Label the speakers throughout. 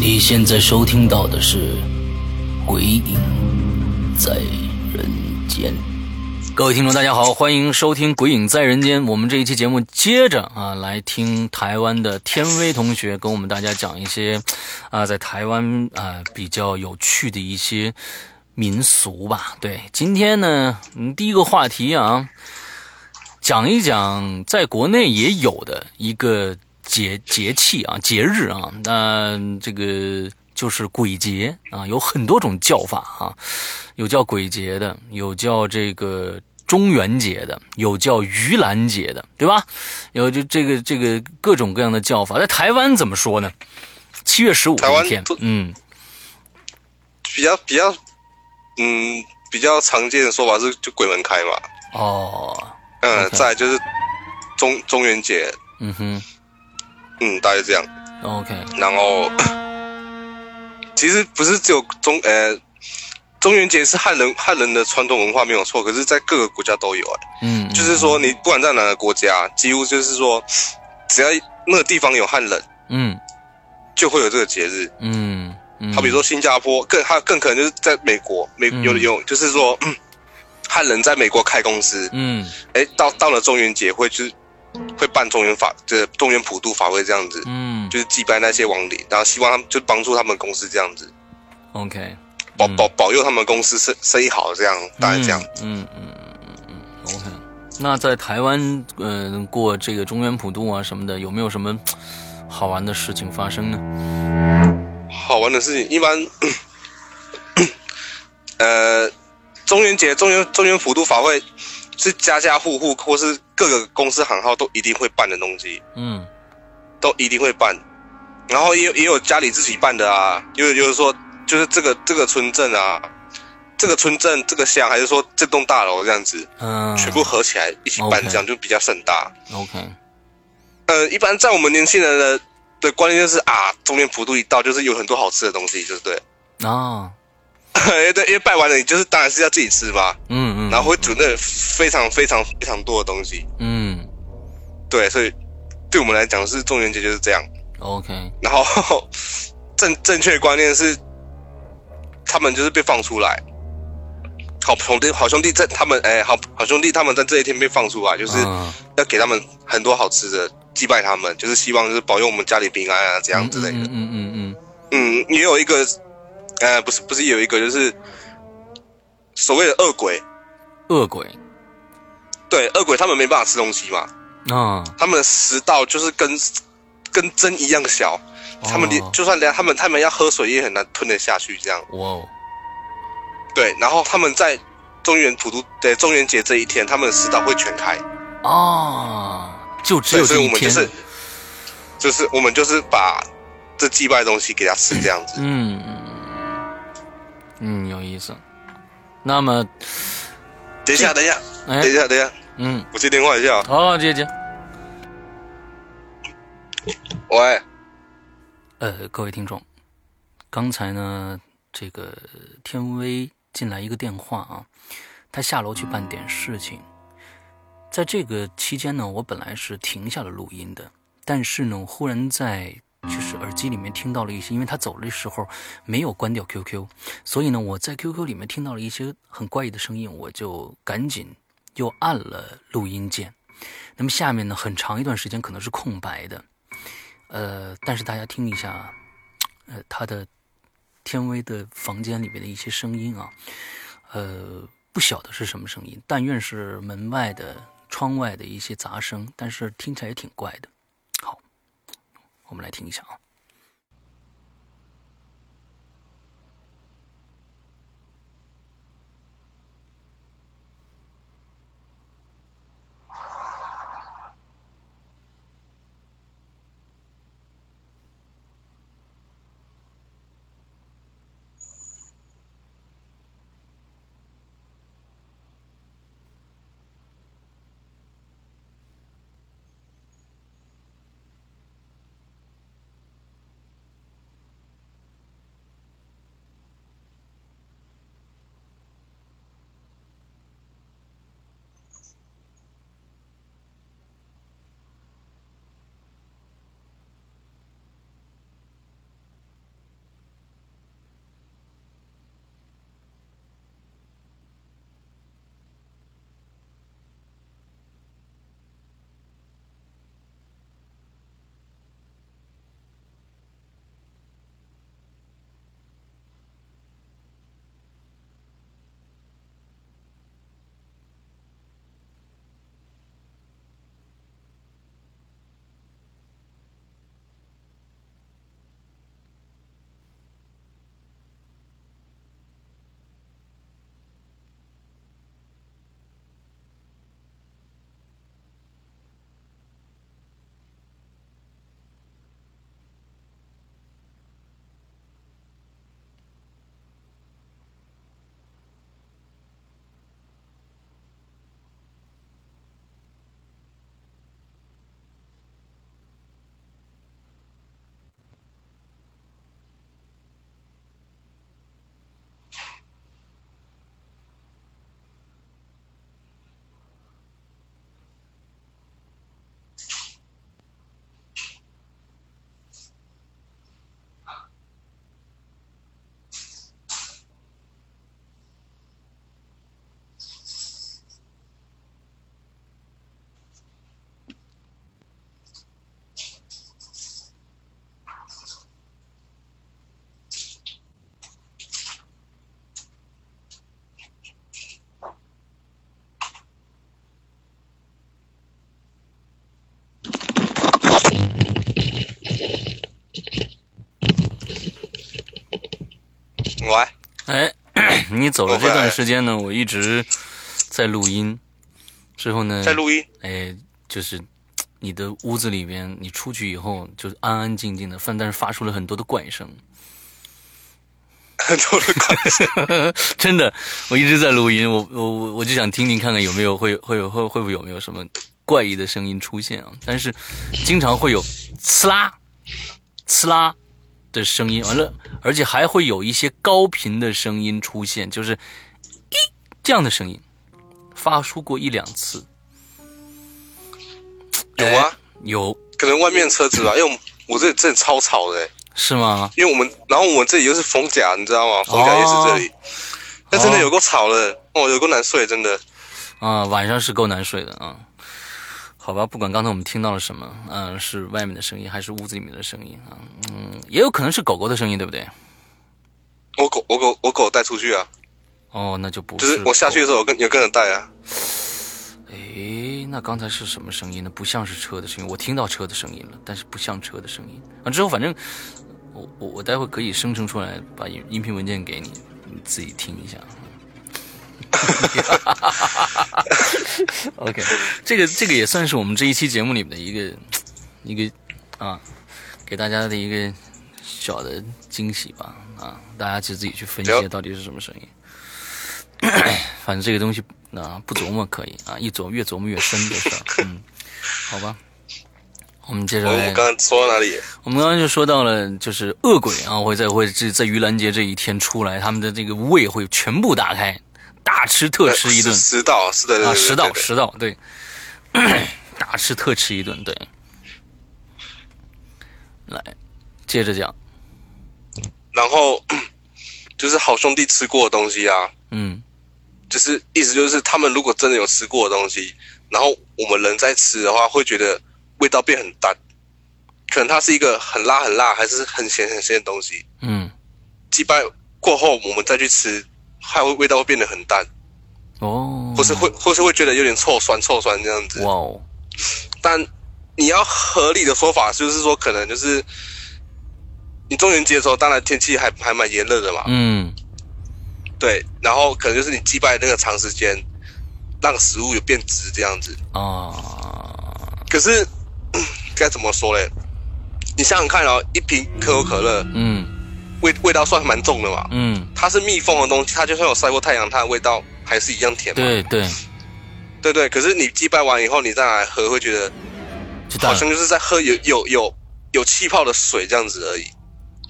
Speaker 1: 你现在收听到的是《鬼影在人间》。各位听众，大家好，欢迎收听《鬼影在人间》。我们这一期节目接着啊，来听台湾的天威同学跟我们大家讲一些啊，在台湾啊比较有趣的一些民俗吧。对，今天呢，嗯第一个话题啊，讲一讲在国内也有的一个节节气啊，节日啊，那这个就是鬼节啊，有很多种叫法啊，有叫鬼节的，有叫这个中元节的，有叫盂兰节的，对吧？有就这个这个各种各样的叫法，在台湾怎么说呢？七月十五
Speaker 2: 台湾
Speaker 1: 那天
Speaker 2: 不，
Speaker 1: 嗯，
Speaker 2: 比较比较，嗯，比较常见的说法是就鬼门开嘛，
Speaker 1: 哦，
Speaker 2: 嗯，
Speaker 1: OK
Speaker 2: 再来就是中中元节，
Speaker 1: 嗯哼
Speaker 2: 嗯，大概这样。
Speaker 1: ，OK，
Speaker 2: 然后 其实不是只有中呃中元节是汉人汉人的传统文化没有错，可是在各个国家都有、哎，
Speaker 1: 嗯，
Speaker 2: 就是说你不管在哪个国家，几乎就是说只要那个地方有汉人，
Speaker 1: 嗯，
Speaker 2: 就会有这个节日。
Speaker 1: 嗯嗯，
Speaker 2: 好比说新加坡，更还有更可能就是在美国，美
Speaker 1: 嗯
Speaker 2: 有的有，就是说嗯汉人在美国开公司，
Speaker 1: 嗯，
Speaker 2: 哎、到到了中元节会就是会办中元法，这中元普渡法会这样子，
Speaker 1: 嗯嗯
Speaker 2: 就是祭拜那些亡灵，然后希望他们就帮助他们公司这样子，
Speaker 1: ，OK，
Speaker 2: 保
Speaker 1: 嗯
Speaker 2: 保保佑他们公司生生意好，这样大概这样。
Speaker 1: 嗯嗯嗯嗯嗯，OK。那在台湾，嗯、过这个中原普渡啊什么的，有没有什么嘖好玩的事情发生呢？
Speaker 2: 好玩的事情，一般，呃，中元节、中元中元普渡法会是家家户户或是各个公司行号都一定会办的东西。
Speaker 1: 嗯
Speaker 2: 都一定会办，然后也有也有家里自己办的啊，也有就是说就是这个这个村镇啊，这个村镇这个乡，还是说这栋大楼这样子，
Speaker 1: 嗯、
Speaker 2: 全部合起来一起办
Speaker 1: OK，
Speaker 2: 这样就比较盛大。
Speaker 1: OK，
Speaker 2: 呃，一般在我们年轻人的的观念就是啊，中元普渡一到就是有很多好吃的东西，就是对，
Speaker 1: 啊，
Speaker 2: 对，因为拜完了你就是当然是要自己吃嘛，
Speaker 1: 嗯嗯，
Speaker 2: 然后会准备非常非常非常多的东西，
Speaker 1: 嗯
Speaker 2: 对，所以对我们来讲是中元节就是这样。
Speaker 1: ，OK，
Speaker 2: 然后正 正确观念是，他们就是被放出来，好兄弟好兄弟在他们哎、好好兄弟他们在这一天被放出来，就是
Speaker 1: 嗯
Speaker 2: 要给他们很多好吃的，祭拜他们，就是希望就是保佑我们家里平安啊，怎样之类的。
Speaker 1: 嗯嗯嗯嗯
Speaker 2: 嗯，也有一个，呃，不是不是有一个就是所谓的恶鬼，
Speaker 1: 嗯，恶鬼
Speaker 2: 对恶鬼他们没办法吃东西嘛，
Speaker 1: 啊，
Speaker 2: 他们的食道就是跟跟针一样小。他们连、
Speaker 1: 哦
Speaker 2: 就算连他们他们要喝水也很难吞得下去，这样。
Speaker 1: 哇哦，
Speaker 2: 对，然后他们在中原普渡对中元节这一天，他们的食道会全开，
Speaker 1: 啊，就只
Speaker 2: 对，
Speaker 1: 有
Speaker 2: 所
Speaker 1: 这
Speaker 2: 以
Speaker 1: 一
Speaker 2: 我们就
Speaker 1: 天，
Speaker 2: 是就是我们就是把这祭拜的东西给他吃这样子。
Speaker 1: 嗯嗯，有意思。那么，
Speaker 2: 等一下，等一下，
Speaker 1: 哎
Speaker 2: 等，一下，等一下，
Speaker 1: 嗯，
Speaker 2: 我接电话一下啊。
Speaker 1: 好，姐姐。
Speaker 2: 喂，
Speaker 1: 呃，各位听众，刚才呢，这个天威进来一个电话啊，他下楼去办点事情。在这个期间呢，我本来是停下了录音的，但是呢，我忽然在就是耳机里面听到了一些，因为他走的时候没有关掉 QQ，所以呢，我在 QQ 里面听到了一些很怪异的声音，我就赶紧又按了录音键。那么下面呢，很长一段时间可能是空白的，呃，但是大家听一下，呃，他的天威的房间里面的一些声音啊，呃，不晓得是什么声音，但愿是门外的、窗外的一些杂声，但是听起来也挺怪的。好，我们来听一下啊。哎， 你走了这段时间呢，我一直在录音，之后呢，
Speaker 2: 在录音，
Speaker 1: 哎，就是你的屋子里边，你出去以后就是安安静静的，但但是发出了很多的怪声，嗯
Speaker 2: 很多的关系。
Speaker 1: 真的，我一直在录音，我我我我就想听听看看有没有会会有会会不会有没有什么怪异的声音出现啊？但是经常会有呲啦呲啦的声音，完了，而且还会有一些高频的声音出现，就是咦这样的声音，发出过一两次。
Speaker 2: 有吗
Speaker 1: 哎？有
Speaker 2: 可能外面车子吧，因为我们我这里真的超吵的、欸，
Speaker 1: 是吗？
Speaker 2: 因为我们，然后我们这里又是逢甲，你知道
Speaker 1: 哦
Speaker 2: 吗？逢甲也是这里，那、真的有够吵的，哦，有够难睡，真的。
Speaker 1: 啊，晚上是够难睡的啊。好吧，不管刚才我们听到了什么，嗯、是外面的声音还是屋子里面的声音啊？嗯，也有可能是狗狗的声音，对不对？
Speaker 2: 我狗，我狗，我狗带出去啊，
Speaker 1: 哦，那就不
Speaker 2: 就是是我下去的时候，我跟有跟人带啊，
Speaker 1: 狗。诶，那刚才是什么声音呢？不像是车的声音，我听到车的声音了，但是不像车的声音啊。之后反正我我我待会可以生成出来，把音音频文件给你，你自己听一下。OK，这 个这个也算是我们这一期节目里面的一个一个啊，给大家的一个小的惊喜吧啊，大家就自己去分析
Speaker 2: 行
Speaker 1: 到底是什么声音。 反正这个东西啊，不琢磨可以啊，一琢磨越琢磨越深的事儿。嗯，好吧，我们接着
Speaker 2: 我
Speaker 1: 来
Speaker 2: 们。刚刚说到哪里？
Speaker 1: 我们刚刚就说到了，就是恶鬼啊，会在会这在盂兰节这一天出来，他们的这个胃会全部打开，大吃特吃一顿
Speaker 2: 哎食道，呃是的，对
Speaker 1: 啊，
Speaker 2: 对对
Speaker 1: 食道
Speaker 2: 对对
Speaker 1: 食道，对， 大吃特吃一顿，对。来，接着讲，
Speaker 2: 然后就是好兄弟吃过的东西啊，
Speaker 1: 嗯，
Speaker 2: 就是意思就是他们如果真的有吃过的东西，然后我们人在吃的话，会觉得味道变很淡，可能它是一个很辣很辣，还是很咸很咸的东西。
Speaker 1: 嗯，
Speaker 2: 祭拜过后，我们再去吃，还会味道会变得很淡，
Speaker 1: 哦，
Speaker 2: 或是会或是会觉得有点臭酸臭酸这样子。
Speaker 1: 哇哦，
Speaker 2: 但你要合理的说法就是说，可能就是你中元节的时候，当然天气还还蛮炎热的嘛，
Speaker 1: 嗯，
Speaker 2: 对，然后可能就是你祭拜那个长时间，让食物有变质这样子。
Speaker 1: 啊，
Speaker 2: 可是 该怎么说嘞？你想想看哦，一瓶可口可乐
Speaker 1: 嗯
Speaker 2: 味味道算蛮重的嘛，
Speaker 1: 嗯，
Speaker 2: 它是密封的东西，它就算有晒过太阳，它的味道还是一样甜嘛。
Speaker 1: 对对，
Speaker 2: 对对，可是你祭拜完以后，你再来喝，会觉得
Speaker 1: 就
Speaker 2: 好
Speaker 1: 大
Speaker 2: 像就是在喝有有有有气泡的水这样子而已。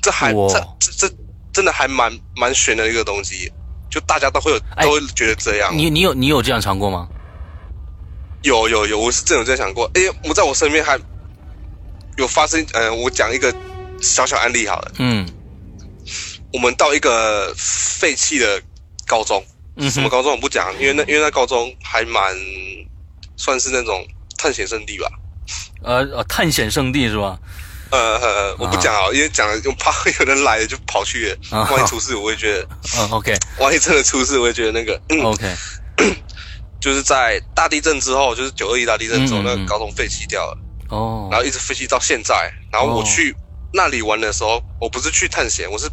Speaker 2: 这还
Speaker 1: 哇
Speaker 2: 这这这真的还蛮蛮悬的一个东西，就大家都会有
Speaker 1: 哎
Speaker 2: 都会觉得这样。
Speaker 1: 你你有你有这样尝过吗？
Speaker 2: 有有有，我是真有在想过。哎，我在我身边还有发生，呃，我讲一个小小案例好了。
Speaker 1: 嗯
Speaker 2: 我们到一个废弃的高中，
Speaker 1: 嗯哼
Speaker 2: 什么高中我不讲，因为那因为那高中还蛮算是那种探险圣地吧。
Speaker 1: 呃呃，探险圣地是吧？
Speaker 2: 呃，呃我不讲啊，因为讲了就怕 有人来了就跑去了，
Speaker 1: 啊
Speaker 2: 万一出事，我会觉得，
Speaker 1: 嗯，OK
Speaker 2: 万一真的出事，我会觉得那个，嗯，
Speaker 1: OK，
Speaker 2: 就是在大地震之后，就是九二一大地震之后，
Speaker 1: 嗯嗯
Speaker 2: 那
Speaker 1: 嗯
Speaker 2: 个高中废弃掉了，
Speaker 1: 哦，
Speaker 2: 然后一直废弃到现在。然后我
Speaker 1: 哦
Speaker 2: 去那里玩的时候，我不是去探险，我是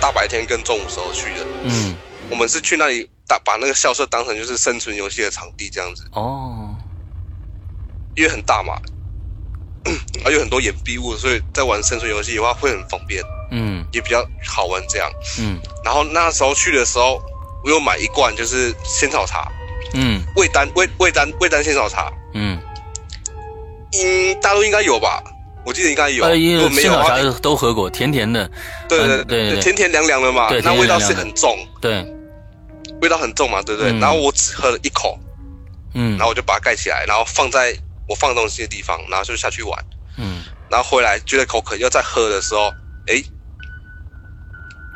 Speaker 2: 大白天跟中午时候去的。
Speaker 1: 嗯，
Speaker 2: 我们是去那里打把那个校舍当成就是生存游戏的场地这样子，
Speaker 1: 哦，
Speaker 2: 因为很大嘛， 然后有很多掩蔽物，所以在玩生存游戏的话会很方便，
Speaker 1: 嗯
Speaker 2: 也比较好玩这样。
Speaker 1: 嗯
Speaker 2: 然后那时候去的时候，我有买一罐就是仙草茶，
Speaker 1: 嗯
Speaker 2: 味丹味味丹味丹仙草茶，
Speaker 1: 嗯，
Speaker 2: 嗯，大陆应该有吧？我记得应该有，
Speaker 1: 呃，因
Speaker 2: 如
Speaker 1: 为
Speaker 2: 果没
Speaker 1: 仙
Speaker 2: 有啊的
Speaker 1: 草
Speaker 2: 话
Speaker 1: 茶，都喝过，甜甜的，
Speaker 2: 对对
Speaker 1: 嗯对对
Speaker 2: 甜甜凉凉的嘛
Speaker 1: 对，
Speaker 2: 那味道
Speaker 1: 甜
Speaker 2: 是
Speaker 1: 甜凉凉的
Speaker 2: 很重，
Speaker 1: 对，
Speaker 2: 味道很重嘛，对不对？
Speaker 1: 嗯
Speaker 2: 然后我只喝了一口，
Speaker 1: 嗯，
Speaker 2: 然后我就把它盖起来，然后放在我放东西的地方，然后就下去玩。
Speaker 1: 嗯，
Speaker 2: 然后回来觉得口渴，要再喝的时候，诶，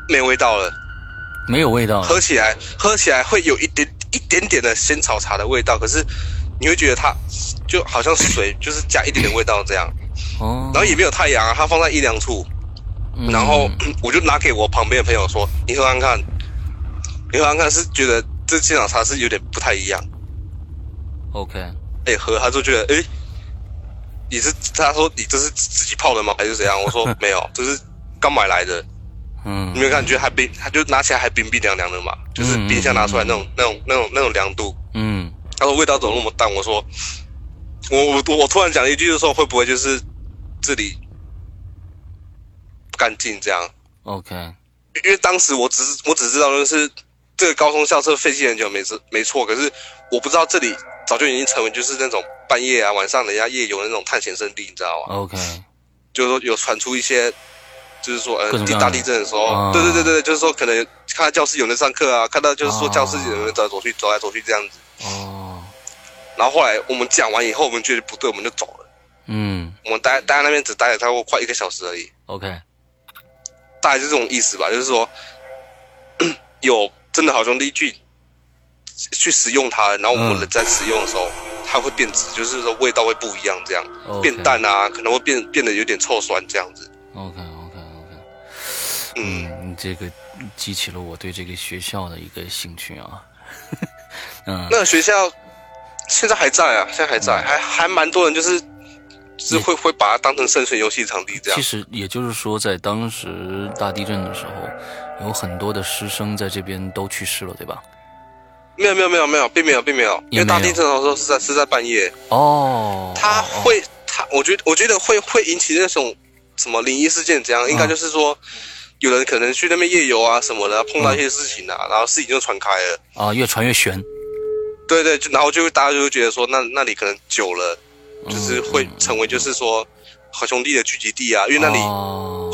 Speaker 2: 没味道了。
Speaker 1: 没有味道了，
Speaker 2: 喝起来，喝起来会有一点一点点的仙草茶的味道，可是你会觉得它就好像水，就是加一点点味道这样。
Speaker 1: 哦，
Speaker 2: 然后也没有太阳啊，它放在阴凉处。
Speaker 1: 嗯
Speaker 2: 然后 我就拿给我旁边的朋友说：“你喝看看，你喝看看，是觉得这仙草茶是有点不太一样。
Speaker 1: OK，”
Speaker 2: 哎，喝他就觉得，诶， 你是他说你这是自己泡的吗？还是怎样？我说没有，这是刚买来的。
Speaker 1: 嗯
Speaker 2: 你，没有感觉还冰，它就拿起来还冰冰凉凉的嘛，就是冰箱拿出来那种那种那种那种凉度。
Speaker 1: 嗯，
Speaker 2: 他说味道怎么那么淡？我说，我我我突然讲了一句，就说会不会就是这里不干净这样？
Speaker 1: OK，
Speaker 2: 因为当时我只是我只知道就是这个高空校车废弃很久没错没错，可是我不知道这里早就已经成为就是那种半夜啊晚上人家夜游的那种探险圣地，你知道吗？
Speaker 1: OK，
Speaker 2: 就是说有传出一些，就是说呃
Speaker 1: 各种各
Speaker 2: 地
Speaker 1: 样的
Speaker 2: 大地震的时
Speaker 1: 啊
Speaker 2: 候，对对对对，就是说可能看到教室有人上课啊，看到就是说教室有人走来走去走来走去这样子。
Speaker 1: 哦，
Speaker 2: 然后后来我们讲完以后，我们觉得不对，我们就走了。
Speaker 1: 嗯
Speaker 2: 我们待待在那边只待了差不多快一个小时而已，
Speaker 1: ，OK，
Speaker 2: 大概就是这种意思吧。就是说， 有真的好兄弟去去使用它，然后我
Speaker 1: 嗯
Speaker 2: 们人在使用的时候，它会变质，就是说味道会不一样，这样
Speaker 1: o k
Speaker 2: 变淡啊，可能会变变得有点臭酸这样子。
Speaker 1: OK OK OK，
Speaker 2: 嗯，
Speaker 1: 嗯，你这个激起了我对这个学校的一个兴趣啊。嗯
Speaker 2: 那个学校现在还在啊，现在还在，还还蛮多人就是。就是会会把它当成生存游戏场地这样
Speaker 1: 其，实也就是说，在当时大地震的时候，有很多的师生在这边都去世了，对吧？
Speaker 2: 没有没有没有没有，并没有并没有，因
Speaker 1: 也
Speaker 2: 为
Speaker 1: 没有
Speaker 2: 大地震的时候是在是在半夜，
Speaker 1: 哦，
Speaker 2: 他
Speaker 1: 哦哦
Speaker 2: 会，他我觉得我觉得会会引起那种什么灵异事件，怎样？
Speaker 1: 嗯
Speaker 2: 应该就是说，有人可能去那边夜游啊什么的，碰
Speaker 1: 嗯
Speaker 2: 到一些事情啊，然后事情就传开了。
Speaker 1: 啊，越传越悬，
Speaker 2: 对对，就然后就会大家就会觉得说，那那里可能久了，就是会
Speaker 1: 嗯嗯
Speaker 2: 成为就是说好兄弟的聚集地啊，因为那里
Speaker 1: 哦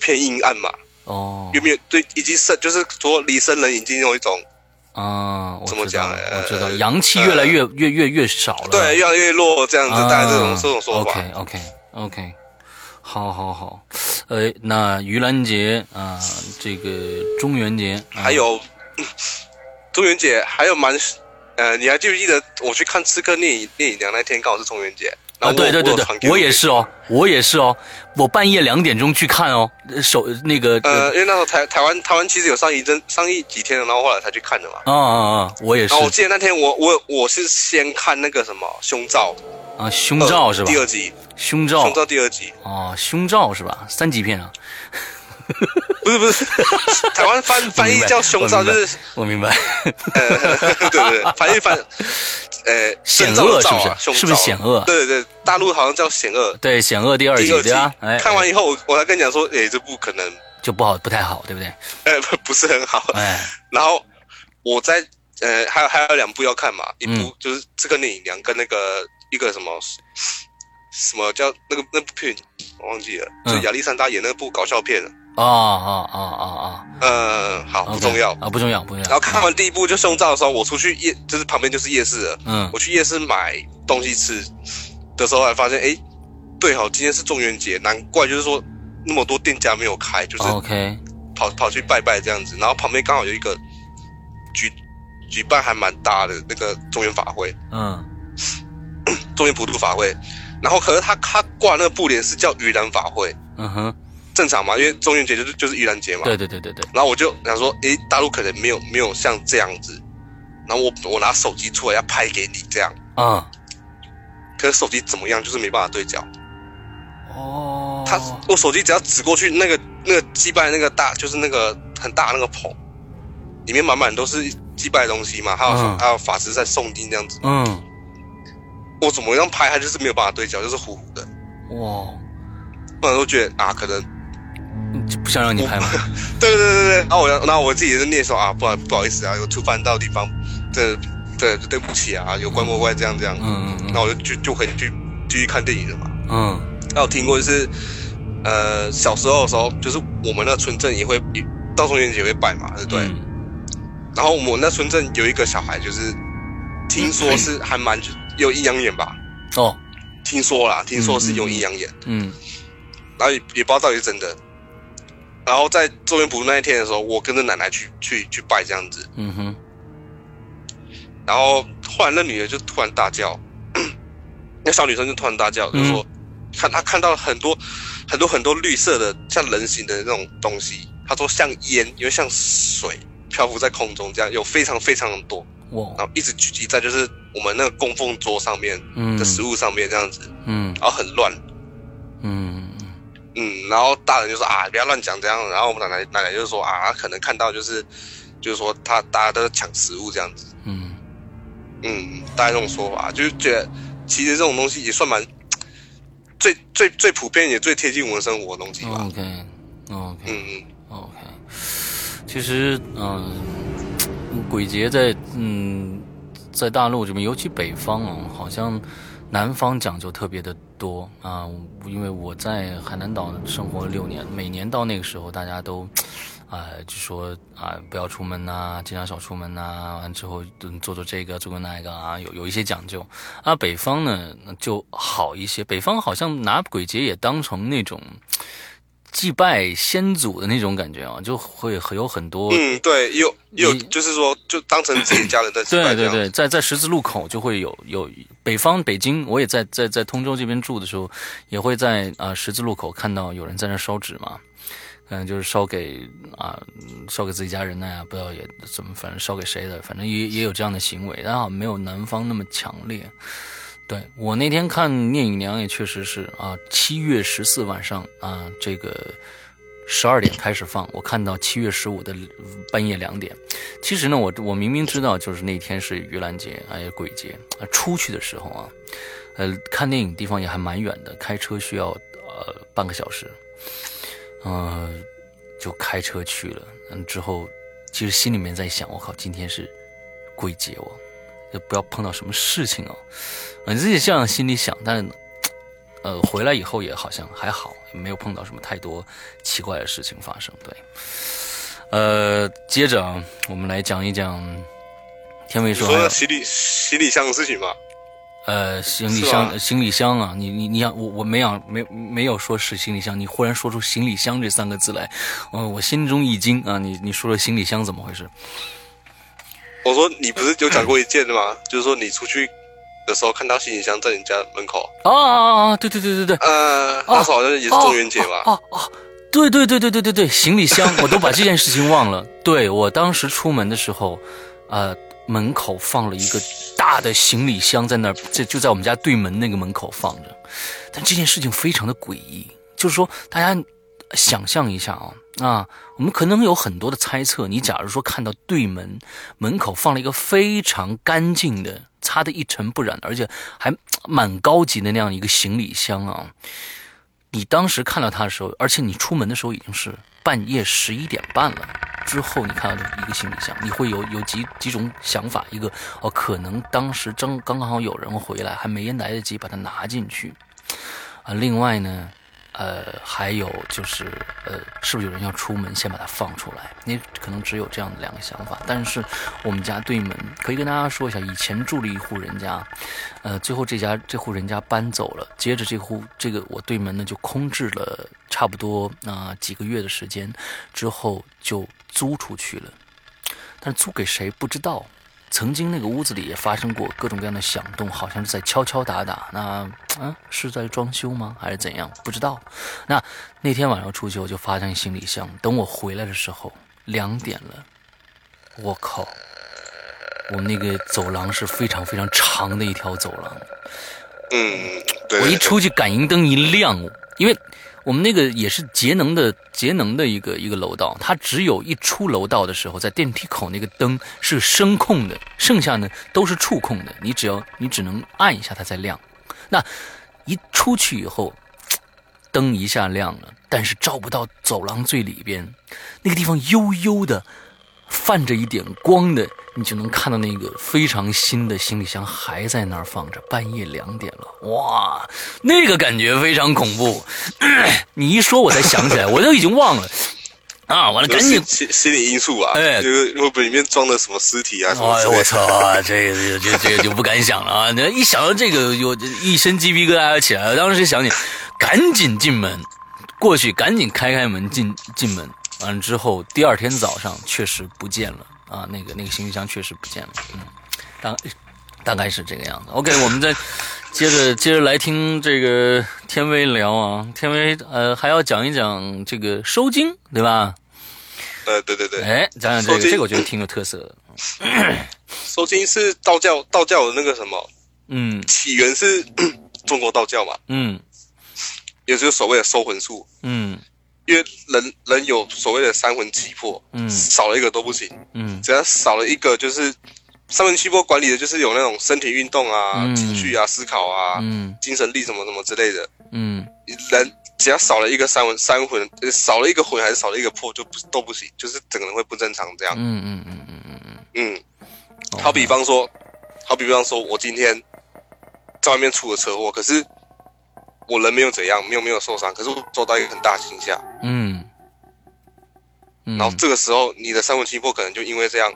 Speaker 2: 偏阴暗嘛，
Speaker 1: 哦
Speaker 2: 有没有？对，已经生就是说离生人已经有一种
Speaker 1: 啊，我
Speaker 2: 怎么
Speaker 1: 知道
Speaker 2: 讲
Speaker 1: 了
Speaker 2: 呃
Speaker 1: 我知道，阳气越来越越越越少了，啊
Speaker 2: 对越来越弱这样子，大概这种这种说法。
Speaker 1: OK OK OK，好好好，呃，那盂兰节啊、这个中元节，啊
Speaker 2: 还有嗯中元节，还有蛮呃，你还记不记得我去看《刺客聂隐聂隐娘》那天刚好是中元节？然
Speaker 1: 啊，
Speaker 2: 后
Speaker 1: 对对对
Speaker 2: 有传给
Speaker 1: 对，我也是哦，我也是哦，我半夜两点钟去看哦，呃手那个
Speaker 2: 呃，因为那时候台台湾台湾其实有上一阵上一几天了，然后后来才去看的嘛。
Speaker 1: 啊啊啊，我也是
Speaker 2: 然后我记得那天我我我是先看那个什么胸罩，
Speaker 1: 啊，胸罩
Speaker 2: 二
Speaker 1: 是吧
Speaker 2: 呃第？二集，
Speaker 1: 胸罩
Speaker 2: 胸罩第二集，
Speaker 1: 哦，胸罩是吧？三级片啊，
Speaker 2: 不是不是，台 湾翻翻译叫胸罩，就是
Speaker 1: 我明白，
Speaker 2: 呃，对对对，翻译翻，呃，
Speaker 1: 险
Speaker 2: 胸罩
Speaker 1: 恶
Speaker 2: 的
Speaker 1: 是
Speaker 2: 罩
Speaker 1: 不
Speaker 2: 啊
Speaker 1: 是？
Speaker 2: 胸
Speaker 1: 是不是
Speaker 2: 罩
Speaker 1: 险恶？
Speaker 2: 对对，对大陆好像叫险恶，
Speaker 1: 对，险恶第二
Speaker 2: 第
Speaker 1: 集
Speaker 2: 二
Speaker 1: 对吧？哎，
Speaker 2: 看完以后，我我才跟你讲说，哎、这部可能，
Speaker 1: 就不好，不太好，对不对？
Speaker 2: 呃，不不是很好。
Speaker 1: 哎，
Speaker 2: 然后我在，呃，还有还有两部要看嘛，一
Speaker 1: 嗯
Speaker 2: 部就是《这个聂隐娘》跟那个一个什么什么叫那个那部片，我忘记了，
Speaker 1: 嗯
Speaker 2: 就是亚历山大演那部搞笑片。
Speaker 1: 啊啊啊啊啊！
Speaker 2: 嗯，好，不
Speaker 1: OK，
Speaker 2: 重要。
Speaker 1: 啊，不重要，不重要。
Speaker 2: 然后看完第一部就胸罩的时候，我出去夜，就是旁边就是夜市了。
Speaker 1: 嗯
Speaker 2: 我去夜市买东西吃的时候，还发现，哎，对好，今天是中元节，难怪就是说那么多店家没有开，就是
Speaker 1: 哦，OK，
Speaker 2: 跑跑去拜拜这样子，然后旁边刚好有一个举举办还蛮大的那个中原法会，
Speaker 1: 嗯，
Speaker 2: 中原普渡法会，然后可是他他挂那个布帘是叫盂兰法会，
Speaker 1: 嗯哼，
Speaker 2: 正常嘛，因为中元节就是就是盂兰节嘛。
Speaker 1: 对对对对对，
Speaker 2: 然后我就想说，诶，大陆可能没有没有像这样子，然后我我拿手机出来要拍给你这样，
Speaker 1: 啊，
Speaker 2: 可是手机怎么样就是没办法对焦，
Speaker 1: 哦，
Speaker 2: 他我手机只要指过去那个那个祭拜那个大就是那个很大那个棚，里面满满都是祭拜的东西嘛，还有、
Speaker 1: 嗯
Speaker 2: 还有法师在诵经这样子。
Speaker 1: 嗯，
Speaker 2: 我怎么样拍，它就是没有办法对焦，就是糊糊的。
Speaker 1: 哇，
Speaker 2: 不然都觉得啊，可能
Speaker 1: 就不想让你拍吗？
Speaker 2: 对对对对。然后我要，然后我自己就念说啊，不好不好意思啊，有触犯到地方，这对对不起啊，有关莫怪这样这样。
Speaker 1: 嗯嗯
Speaker 2: 那我就就就回去继续看电影了嘛。
Speaker 1: 嗯
Speaker 2: 那我听过就是，呃，小时候的时候，就是我们那村镇也会到中元节会拜嘛，对不对？
Speaker 1: 嗯，
Speaker 2: 然后我们那村镇有一个小孩，就是听说是
Speaker 1: 嗯
Speaker 2: 还蛮有阴阳眼吧，
Speaker 1: 哦，
Speaker 2: 听说啦，听说是有阴阳眼，
Speaker 1: 嗯
Speaker 2: 然后也也不知道到底是真的。然后在周元普那一天的时候，我跟着奶奶去去去拜这样子，
Speaker 1: 嗯哼，
Speaker 2: 然后忽然那女的就突然大叫， 那小女生就突然大叫，
Speaker 1: 嗯
Speaker 2: 就说、看她看到很多很多很多绿色的像人形的那种东西，她说像烟，又像水漂浮在空中，这样有非常非常的多，然
Speaker 1: 哇，
Speaker 2: 后一直聚集在就是我们那个供奉桌上面
Speaker 1: 嗯
Speaker 2: 的食物上面这样子，
Speaker 1: 嗯
Speaker 2: 然后很乱，
Speaker 1: 嗯
Speaker 2: 嗯，然后大人就说啊，不要乱讲这样。然后我们奶奶奶奶就说啊，可能看到就是，就是说他大家都在抢食物这样子。
Speaker 1: 嗯
Speaker 2: 嗯，大概这种说法，就是觉得其实这种东西也算蛮最最最普遍也最贴近我们生活的东
Speaker 1: 嗯
Speaker 2: 西吧。
Speaker 1: ，OK OK
Speaker 2: 嗯嗯
Speaker 1: OK，其实嗯、鬼节在嗯在大陆这边，尤其北方啊，好像南方讲究特别的多啊。因为我在海南岛生活了六年，每年到那个时候，大家都啊、就说啊、不要出门呐、尽量少出门呐、完之后嗯做做这个，做做那个啊，有有一些讲究。啊，北方呢那就好一些，北方好像拿鬼节也当成那种。祭拜先祖的那种感觉啊，就会很有很多
Speaker 2: 嗯，对，也有也有
Speaker 1: 你
Speaker 2: 就是说就当成自己家人在吃
Speaker 1: 对
Speaker 2: 饭
Speaker 1: 对
Speaker 2: 这样。
Speaker 1: 对，在在十字路口就会有有北方北京，我也在在在通州这边住的时候，也会在啊、呃十字路口看到有人在那烧纸嘛，嗯，就是烧给啊、烧给自己家人的呀、不知道也怎么，反正烧给谁的，反正也也有这样的行为，但好像没有南方那么强烈。对我那天看《聂隐娘》也确实是啊，七月十四晚上啊，这个十二点开始放，我看到七月十五的半夜两点。其实呢，我我明明知道就是那天是盂兰节，哎，鬼节啊，出去的时候啊，呃，看电影地方也还蛮远的，开车需要呃半个小时，呃，就开车去了。嗯，之后其实心里面在想，我靠，今天是鬼节哦，就不要碰到什么事情哦。你自己这样心里想，但呃，回来以后也好像还好，没有碰到什么太多奇怪的事情发生。对，呃，接着啊，我们来讲一讲天卫
Speaker 2: 你
Speaker 1: 说
Speaker 2: 说
Speaker 1: 还有
Speaker 2: 那行李行李箱的事情嘛，
Speaker 1: 呃，行李
Speaker 2: 是
Speaker 1: 箱，
Speaker 2: 吧
Speaker 1: 行李箱啊，你你你想我我没想没没有说是行李箱，你忽然说出行李箱这三个字来，呃，我心中一惊啊！你你说了行李箱怎么回事？
Speaker 2: 我说你不是有讲过一件的 吗？就是说你出去的时候看到行李箱在你家门口，
Speaker 1: 啊啊啊！对对对对对，
Speaker 2: 呃，那时候好像也是中元节吧？
Speaker 1: 哦哦，对对对对对对对，行李箱，我都把这件事情忘了。对我当时出门的时候，呃，门口放了一个大的行李箱在那儿，这就在我们家对门那个门口放着。但这件事情非常的诡异，就是说大家想象一下啊、啊，我们可能有很多的猜测。你假如说看到对门门口放了一个非常干净的、擦得一尘不染，而且还蛮高级的那样一个行李箱啊，你当时看到它的时候，而且你出门的时候已经是半夜十一点半了，之后你看到的一个行李箱，你会有有几几种想法，一个哦，可能当时刚刚好有人回来，还没来得及把它拿进去，啊，另外呢，呃，还有就是呃，是不是有人要出门，先把它放出来？你可能只有这样的两个想法。但是我们家对门可以跟大家说一下，以前住了一户人家，呃，最后这家这户人家搬走了，接着这户这个我对门呢就空置了差不多啊、呃几个月的时间，之后就租出去了，但是租给谁不知道。曾经那个屋子里也发生过各种各样的响动，好像是在敲敲打打。那嗯，是在装修吗？还是怎样？不知道。那那天晚上出去，我就发现行李箱。等我回来的时候，两点了。我靠！我们那个走廊是非常非常长的一条走廊，
Speaker 2: 嗯，对
Speaker 1: 我一
Speaker 2: 对，
Speaker 1: 出去，感应灯一亮，因为我们那个也是节能的节能的一个一个楼道，它只有一出楼道的时候，在电梯口那个灯是声控的，剩下呢都是触控的，你只要你只能按一下它才亮。那一出去以后，灯一下亮了，但是照不到走廊最里边，那个地方悠悠的泛着一点光的，你就能看到那个非常新的行李箱还在那儿放着，半夜两点了，哇，那个感觉非常恐怖。 你一说，我才想起来，我都已经忘了啊，完了，
Speaker 2: 就
Speaker 1: 赶
Speaker 2: 是
Speaker 1: 紧
Speaker 2: 心心心理因素啊，
Speaker 1: 哎
Speaker 2: 就是会不会里面装了什么尸体啊什么
Speaker 1: 哎
Speaker 2: 之
Speaker 1: 呦
Speaker 2: 类
Speaker 1: 我
Speaker 2: 的。
Speaker 1: 操啊！这个这个这个就不敢想了啊！你一想到这个，有一身鸡皮疙瘩起来了。当时想你，赶紧进门，过去赶紧开开门进进门。完了之后，第二天早上确实不见了啊，那个那个行李箱确实不见了。嗯，大大概是这个样子。OK，我们再接着接着来听这个天威聊啊，天威呃还要讲一讲这个收经对吧？
Speaker 2: 呃，对对对，
Speaker 1: 哎，讲讲这
Speaker 2: 收
Speaker 1: 个
Speaker 2: 经
Speaker 1: 这个我觉得挺有特色的。
Speaker 2: 收经是道教道教的那个什么
Speaker 1: 嗯
Speaker 2: 起源是中国道教嘛，
Speaker 1: 嗯。
Speaker 2: 也就是所谓的收魂术，
Speaker 1: 嗯
Speaker 2: 因为人人有所谓的三魂七魄，
Speaker 1: 嗯
Speaker 2: 少了一个都不行，
Speaker 1: 嗯
Speaker 2: 只要少了一个就是三魂七魄管理的就是有那种身体运动啊、
Speaker 1: 嗯
Speaker 2: 情绪啊、思考啊、
Speaker 1: 嗯
Speaker 2: 精神力什么什么之类的，
Speaker 1: 嗯
Speaker 2: 人只要少了一个三魂三魂，呃少了一个魂还是少了一个魄就不都不行，就是整个人会不正常这样。
Speaker 1: 嗯嗯嗯嗯嗯，
Speaker 2: 嗯，
Speaker 1: 哦
Speaker 2: 好比方说，好比方说我今天在外面出了车祸，可是我人没有怎样，没有没有受伤，可是我受到一个很大惊吓，
Speaker 1: 嗯，嗯
Speaker 2: 然后这个时候你的三魂七魄可能就因为这样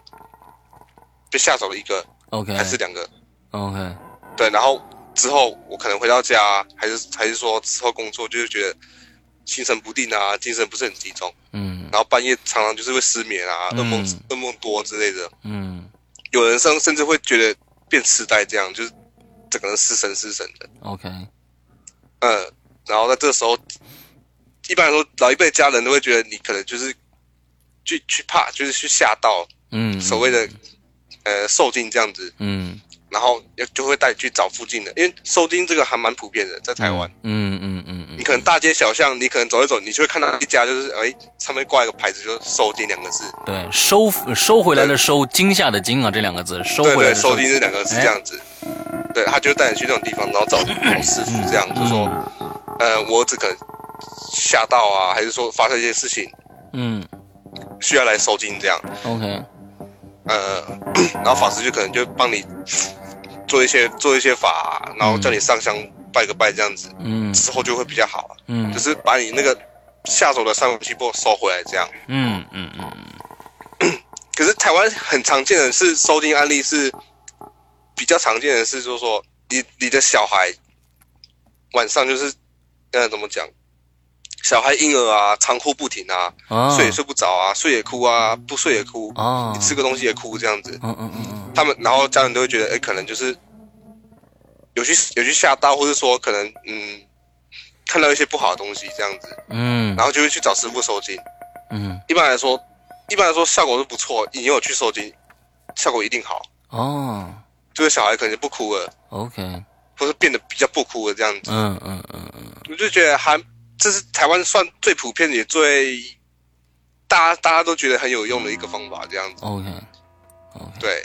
Speaker 2: 被吓走了一个
Speaker 1: OK
Speaker 2: 还是两个，
Speaker 1: OK
Speaker 2: 对，然后之后我可能回到家，还是还是说之后工作就是觉得。心神不定啊，精神不是很集中，
Speaker 1: 嗯
Speaker 2: 然后半夜常常就是会失眠啊，
Speaker 1: 嗯
Speaker 2: 噩梦噩梦多之类的。
Speaker 1: 嗯
Speaker 2: 有人甚甚至会觉得变痴呆，这样就是整个人失神失神的。
Speaker 1: OK
Speaker 2: 嗯，然后在这时候，一般来说老一辈家人都会觉得你可能就是去去怕，就是去吓到
Speaker 1: 嗯
Speaker 2: 所谓的呃受惊这样子，
Speaker 1: 嗯
Speaker 2: 然后就就会带你去找附近的，因为受惊这个还蛮普遍的，在台湾。
Speaker 1: 嗯嗯嗯嗯
Speaker 2: 你可能大街小巷，你可能走一走，你就会看到一家，就是哎，上面挂一个牌子，就是“收金”两个字，
Speaker 1: 对收收回来的收惊吓的惊啊这两个字收
Speaker 2: 对
Speaker 1: 回来
Speaker 2: 对，
Speaker 1: 的
Speaker 2: 收金这两个字
Speaker 1: 哎
Speaker 2: 这样子，对，他就带你去那种地方，然后找找师傅这样，就说，呃，我儿子可能吓到啊，还是说发生一些事情
Speaker 1: 嗯
Speaker 2: 需要来收金这样，
Speaker 1: OK
Speaker 2: 呃，然后法师就可能就帮你做一些做一些法，然后叫你上香拜个拜这样子，
Speaker 1: 嗯
Speaker 2: 之后就会比较好啊，
Speaker 1: 嗯
Speaker 2: 就是把你那个吓走的三魂七魄收回来这样。
Speaker 1: 嗯嗯嗯
Speaker 2: 可是台湾很常见的是收金案例是比较常见的是，就是说你你的小孩晚上就是呃怎么讲，小孩婴儿啊长哭不停啊，
Speaker 1: 啊
Speaker 2: 睡也睡不着啊，睡也哭啊，不睡也哭，
Speaker 1: 啊
Speaker 2: 你吃个东西也哭这样子，
Speaker 1: 嗯嗯嗯嗯
Speaker 2: 他们然后家人都会觉得，哎、可能就是有去有去吓到，或者说可能嗯看到一些不好的东西这样子，
Speaker 1: 嗯
Speaker 2: 然后就会去找师傅收金。
Speaker 1: 嗯
Speaker 2: 一般来说，一般来说效果是不错，你有去收金，效果一定好。
Speaker 1: 哦
Speaker 2: 这个小孩可能就不哭了，
Speaker 1: OK
Speaker 2: 或是变得比较不哭了这样子。
Speaker 1: 嗯嗯嗯嗯
Speaker 2: 我就觉得还这是台湾算最普遍也最大家大家都觉得很有用的一个方法，这样子。
Speaker 1: OK 嗯
Speaker 2: 对，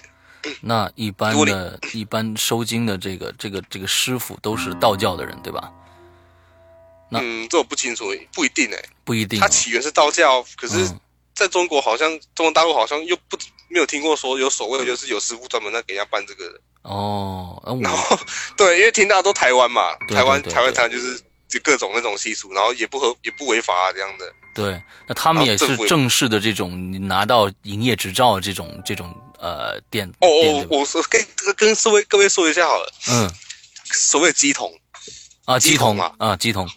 Speaker 1: 那一般
Speaker 2: 如果
Speaker 1: 的一般收经的这个这个这个师傅都是道教的人对吧？那
Speaker 2: 嗯，这我不清楚，不一定哎、
Speaker 1: 不一定
Speaker 2: 它起源是道教，可是
Speaker 1: 嗯
Speaker 2: 在中国好像中国大陆好像又不没有听过说有所谓的就是有师傅专门在给人家办这个的。
Speaker 1: 哦，那
Speaker 2: 然
Speaker 1: 我
Speaker 2: 后对，因为听到都台湾嘛，
Speaker 1: 对
Speaker 2: 台湾
Speaker 1: 对对
Speaker 2: 台湾
Speaker 1: 对
Speaker 2: 台湾就是就各种那种习俗，然后也不合也不违法、啊、这样的。
Speaker 1: 对，那他们
Speaker 2: 然后
Speaker 1: 也
Speaker 2: 政
Speaker 1: 是
Speaker 2: 府也
Speaker 1: 正式的这种你拿到营业执照这种这种呃店
Speaker 2: 哦
Speaker 1: 店
Speaker 2: 哦，
Speaker 1: 对吧
Speaker 2: 我说跟跟各位各位说一下好了，
Speaker 1: 嗯
Speaker 2: 所谓的鸡桶，
Speaker 1: 啊鸡
Speaker 2: 鸡
Speaker 1: 桶
Speaker 2: 桶嘛
Speaker 1: 啊鸡桶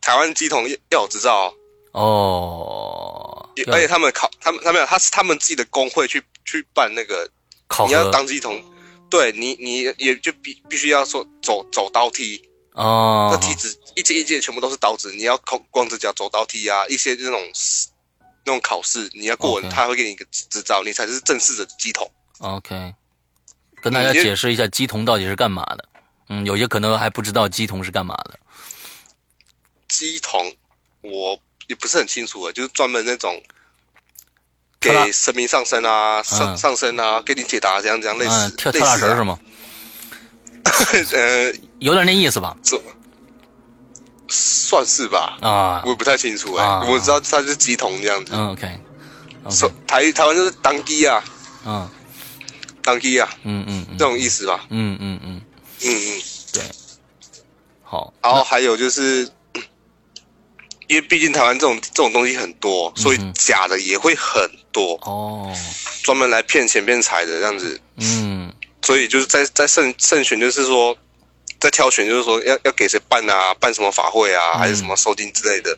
Speaker 2: 台湾鸡桶要有执照哦，
Speaker 1: 哦，
Speaker 2: 也哎
Speaker 1: 要
Speaker 2: 而且他们考他们他们他是他们自己的工会去去办那个，
Speaker 1: 考
Speaker 2: 你要
Speaker 1: 核
Speaker 2: 当鸡桶，对你你也就必必须要说走走刀梯，那
Speaker 1: 哦
Speaker 2: 梯子一阶一阶全部都是刀子，你要光光着脚走刀梯啊，一些那种那种考试你要过
Speaker 1: OK
Speaker 2: 他会给你一个执照，你才是正式的鸡桶。
Speaker 1: OK，跟大家
Speaker 2: 你就
Speaker 1: 解释一下鸡桶到底是干嘛的。嗯，有些可能还不知道鸡桶是干嘛的。
Speaker 2: 鸡桶我也不是很清楚啊，就是专门那种。
Speaker 1: 跳大
Speaker 2: 给神明上身啊，上、
Speaker 1: 嗯
Speaker 2: 上身啊，给你解答这样这样类似、
Speaker 1: 嗯，跳
Speaker 2: 类
Speaker 1: 跳大
Speaker 2: 似
Speaker 1: 神
Speaker 2: 啊
Speaker 1: 儿是吗？
Speaker 2: 呃，
Speaker 1: 有点那意思吧？
Speaker 2: 这算是吧，
Speaker 1: 啊
Speaker 2: 我，也不太清楚哎、
Speaker 1: 啊
Speaker 2: 我知道它是鸡桶这样子。
Speaker 1: 嗯，OK，
Speaker 2: 说台台湾就是当鸡啊，
Speaker 1: 嗯
Speaker 2: 当鸡啊，
Speaker 1: 嗯嗯
Speaker 2: 这
Speaker 1: 嗯
Speaker 2: 种意思吧。
Speaker 1: 嗯嗯嗯，
Speaker 2: 嗯嗯。
Speaker 1: 对，好，
Speaker 2: 然后还有就是，嗯因为毕竟台湾这种这种东西很多，所
Speaker 1: 嗯
Speaker 2: 以假的也会很多，
Speaker 1: 哦，
Speaker 2: 专门来骗钱骗财的这样子。
Speaker 1: 嗯
Speaker 2: 所以就是在在慎慎选，就是说。在挑选，就是说要要给谁办啊，办什么法会啊，
Speaker 1: 嗯
Speaker 2: 还是什么收金之类的，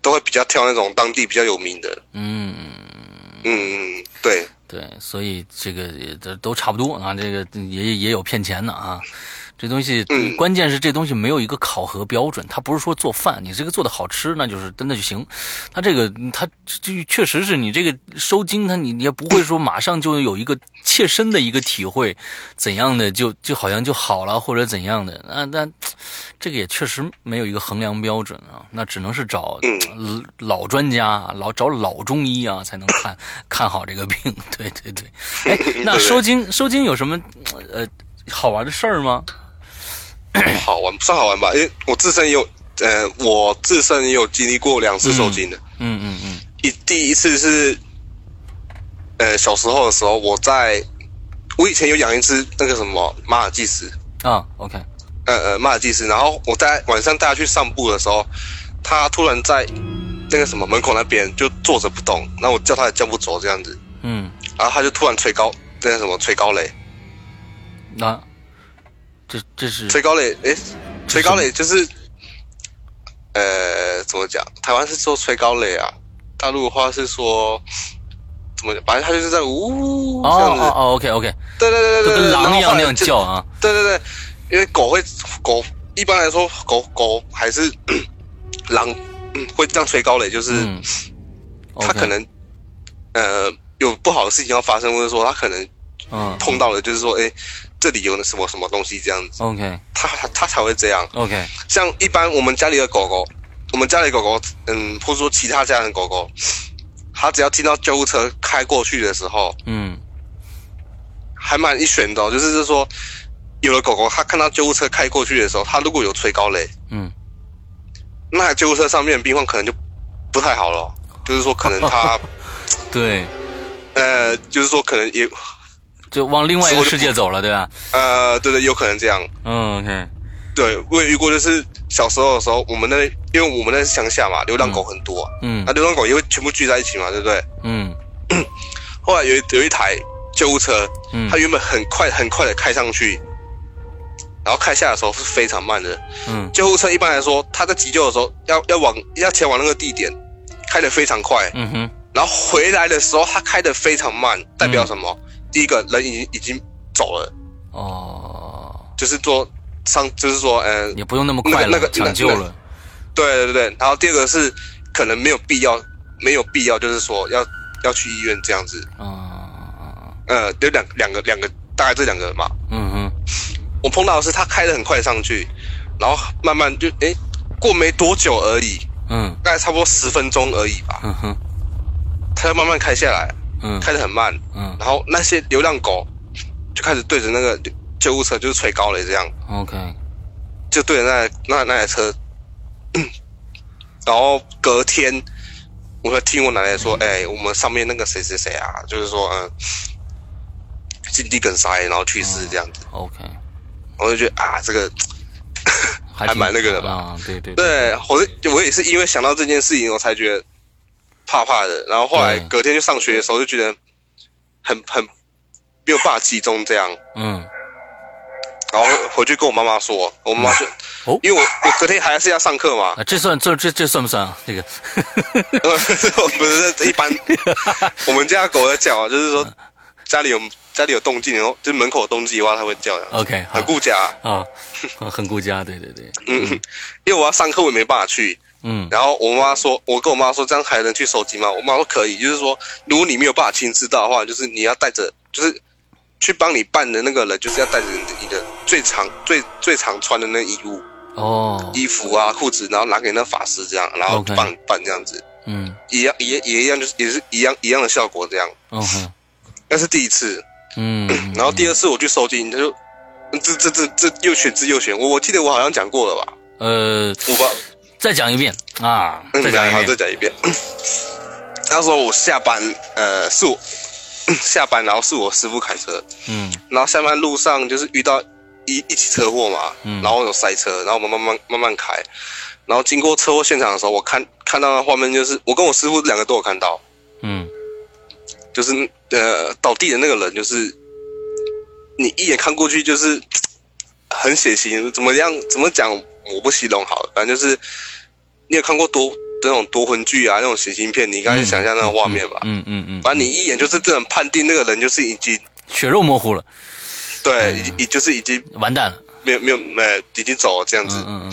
Speaker 2: 都会比较挑那种当地比较有名的。
Speaker 1: 嗯，
Speaker 2: 嗯，嗯，对，
Speaker 1: 对，所以这个也都都差不多啊，这个也也有骗钱的啊，这东西，
Speaker 2: 嗯
Speaker 1: 关键是这东西没有一个考核标准，它不是说做饭，你这个做的好吃，那就是真的就行。它这个，它这这确实是你这个收精，它你你也不会说马上就有一个切身的一个体会，怎样的就就好像就好了或者怎样的，那那这个也确实没有一个衡量标准啊，那只能是找
Speaker 2: 嗯
Speaker 1: 老专家啊，老找老中医啊才能看看好这个病。对对对，哎，那
Speaker 2: 对
Speaker 1: 收精收精有什么呃好玩的事儿吗？
Speaker 2: 好玩，算好玩吧，因为我自身也有，呃，我自身也有经历过两次受精的。
Speaker 1: 嗯嗯嗯
Speaker 2: 一第一次是，呃，小时候的时候，我在我以前有养一只那个什么马尔济斯，
Speaker 1: 啊，OK，
Speaker 2: 呃呃马尔济斯，然后我在晚上带它去散步的时候，它突然在那个什么门口那边就坐着不动，然后我叫它也叫不走这样子，
Speaker 1: 嗯，
Speaker 2: 然后它就突然吹高那个什么吹高雷，
Speaker 1: 那、这这是
Speaker 2: 吹高雷，诶，吹高雷就是，呃，怎么讲？台湾是说吹高雷啊，大陆的话是说。怎么讲？反正它就是在呜
Speaker 1: 哦
Speaker 2: 这样
Speaker 1: 哦
Speaker 2: 子，
Speaker 1: 哦，OK OK，
Speaker 2: 对对对
Speaker 1: 就
Speaker 2: 对对，
Speaker 1: 跟
Speaker 2: 然
Speaker 1: 狼
Speaker 2: 后
Speaker 1: 一样
Speaker 2: 后
Speaker 1: 那
Speaker 2: 来
Speaker 1: 样
Speaker 2: 呃就
Speaker 1: 叫啊，
Speaker 2: 对对对，因为狗会狗一般来说狗狗还是 狼嗯会这样吹高雷，就是、
Speaker 1: 嗯，
Speaker 2: 它
Speaker 1: OK，
Speaker 2: 可能呃有不好的事情要发生，或者说它可能
Speaker 1: 嗯
Speaker 2: 碰到了，就是说哎、这里有什么什么东西这样子，
Speaker 1: ，OK
Speaker 2: 它它它才会这样。
Speaker 1: OK，
Speaker 2: 像一般我们家里的狗狗，我们家里的狗狗，嗯，或者说其他家人的狗狗，它只要听到救护车开过去的时候，
Speaker 1: 嗯
Speaker 2: 还蛮一选的哦、就是就是说，有的狗狗它看到救护车开过去的时候，它如果有吹高雷，
Speaker 1: 嗯，
Speaker 2: 那救护车上面的病患可能就不太好了哦、就是说可能它
Speaker 1: 对，
Speaker 2: 呃，就是说可能也
Speaker 1: 就往另外一个世界走了，对吧？
Speaker 2: 呃，对对，有可能这样。
Speaker 1: 嗯，OK，
Speaker 2: 对，我也遇过，就是小时候的时候，我们那因为我们那是乡下嘛，流浪狗很多啊，
Speaker 1: 嗯
Speaker 2: 那、流浪狗也会全部聚在一起嘛，对不对？
Speaker 1: 嗯
Speaker 2: 后来有一有一台救护车，
Speaker 1: 嗯
Speaker 2: 它原本很快很快的开上去，然后开下的时候是非常慢的。
Speaker 1: 嗯
Speaker 2: 救护车一般来说，它在急救的时候要要往要前往那个地点，开得非常快，
Speaker 1: 嗯哼，
Speaker 2: 然后回来的时候它开得非常慢，代表什么？第一个人已经已经走了，
Speaker 1: 哦，
Speaker 2: 就是说上就是说嗯、呃
Speaker 1: 也不用那么快了，
Speaker 2: 那个那个
Speaker 1: 抢救
Speaker 2: 那
Speaker 1: 了，
Speaker 2: 对对对，然后第二个是可能没有必要没有必要，就是说要要去医院这样子，
Speaker 1: 啊，
Speaker 2: 呃，有两两个两个大概这两个嘛，
Speaker 1: 嗯哼，
Speaker 2: 我碰到的是他开得很快上去，然后慢慢就诶、过没多久而已，
Speaker 1: 嗯
Speaker 2: 大概差不多十分钟而已吧，
Speaker 1: 嗯哼，
Speaker 2: 他就慢慢开下来，
Speaker 1: 嗯
Speaker 2: 开得很慢，
Speaker 1: 嗯
Speaker 2: 然后那些流浪狗就开始对着那个救护车就是吹高雷这样，
Speaker 1: ，OK，
Speaker 2: 就对着那那那台车， 然后隔天我会听我奶奶说，哎、我们上面那个谁谁谁啊，就是说嗯。心肌梗塞，然后去世这样子，
Speaker 1: ，OK，
Speaker 2: 我就觉得啊，这个
Speaker 1: 还
Speaker 2: 还
Speaker 1: 挺
Speaker 2: 蛮那个的吧
Speaker 1: 啊，对对，
Speaker 2: 对，我是我也是因为想到这件事情，我才觉得怕怕的。然后后来
Speaker 1: 对
Speaker 2: 隔天去上学的时候，就觉得很很没有办法集中这样。
Speaker 1: 嗯
Speaker 2: 然后回去跟我妈妈说，我妈妈说，
Speaker 1: 哦
Speaker 2: 因为我我隔天还是要上课嘛，
Speaker 1: 啊，这算这这这算不算啊？这个，
Speaker 2: 我不是 一般，我们家狗在叫啊，就是说
Speaker 1: 嗯
Speaker 2: 家里有家里有动静，然后就是门口有动静的话，它会叫的，
Speaker 1: OK，好哦
Speaker 2: 很顾家。
Speaker 1: 啊，很很顾家，对对对，
Speaker 2: 嗯，因为我要上课，我也没办法去。
Speaker 1: 嗯
Speaker 2: 然后我妈说，我跟我妈说，这样还能去收集吗？我妈说可以，就是说，如果你没有办法亲自到的话，就是你要带着，就是去帮你办的那个人，就是要带着你的你的最常最最常穿的那衣物、
Speaker 1: 哦，
Speaker 2: 衣服啊、裤子，然后拿给那法师这样，然后
Speaker 1: OK
Speaker 2: 帮你办这样子，
Speaker 1: 嗯
Speaker 2: 一样也也一样，就是也是一样一样的效果这样。
Speaker 1: ，OK，
Speaker 2: 那是第一次，
Speaker 1: 嗯，
Speaker 2: 然后第二次我去收金，他就这这这这又选之又选，我我记得我好像讲过了吧？
Speaker 1: 呃，
Speaker 2: 我把
Speaker 1: 再讲一遍啊，
Speaker 2: 嗯，
Speaker 1: 再
Speaker 2: 好，
Speaker 1: 讲一遍，
Speaker 2: 再讲一遍。 那时候我下班，呃，是我下班，然后是我师傅开车，
Speaker 1: 嗯
Speaker 2: 然后下班路上就是遇到一一起车祸嘛，
Speaker 1: 嗯
Speaker 2: 然后有塞车，然后我们慢慢慢慢开，然后经过车祸现场的时候，我看看到的画面就是我跟我师傅两个都有看到，
Speaker 1: 嗯
Speaker 2: 就是呃倒地的那个人，就是你一眼看过去就是很血腥，怎么样怎么讲我不形容好了，反正就是你有看过多那种夺魂剧啊那种血腥片，你应该想象那个画面吧。
Speaker 1: 嗯嗯嗯，
Speaker 2: 反正你一眼就是这种判定那个人就是已经
Speaker 1: 血肉模糊了，嗯
Speaker 2: 对，已已就是已经
Speaker 1: 完蛋了，
Speaker 2: 没有没有呃已经走了这样子，
Speaker 1: 嗯嗯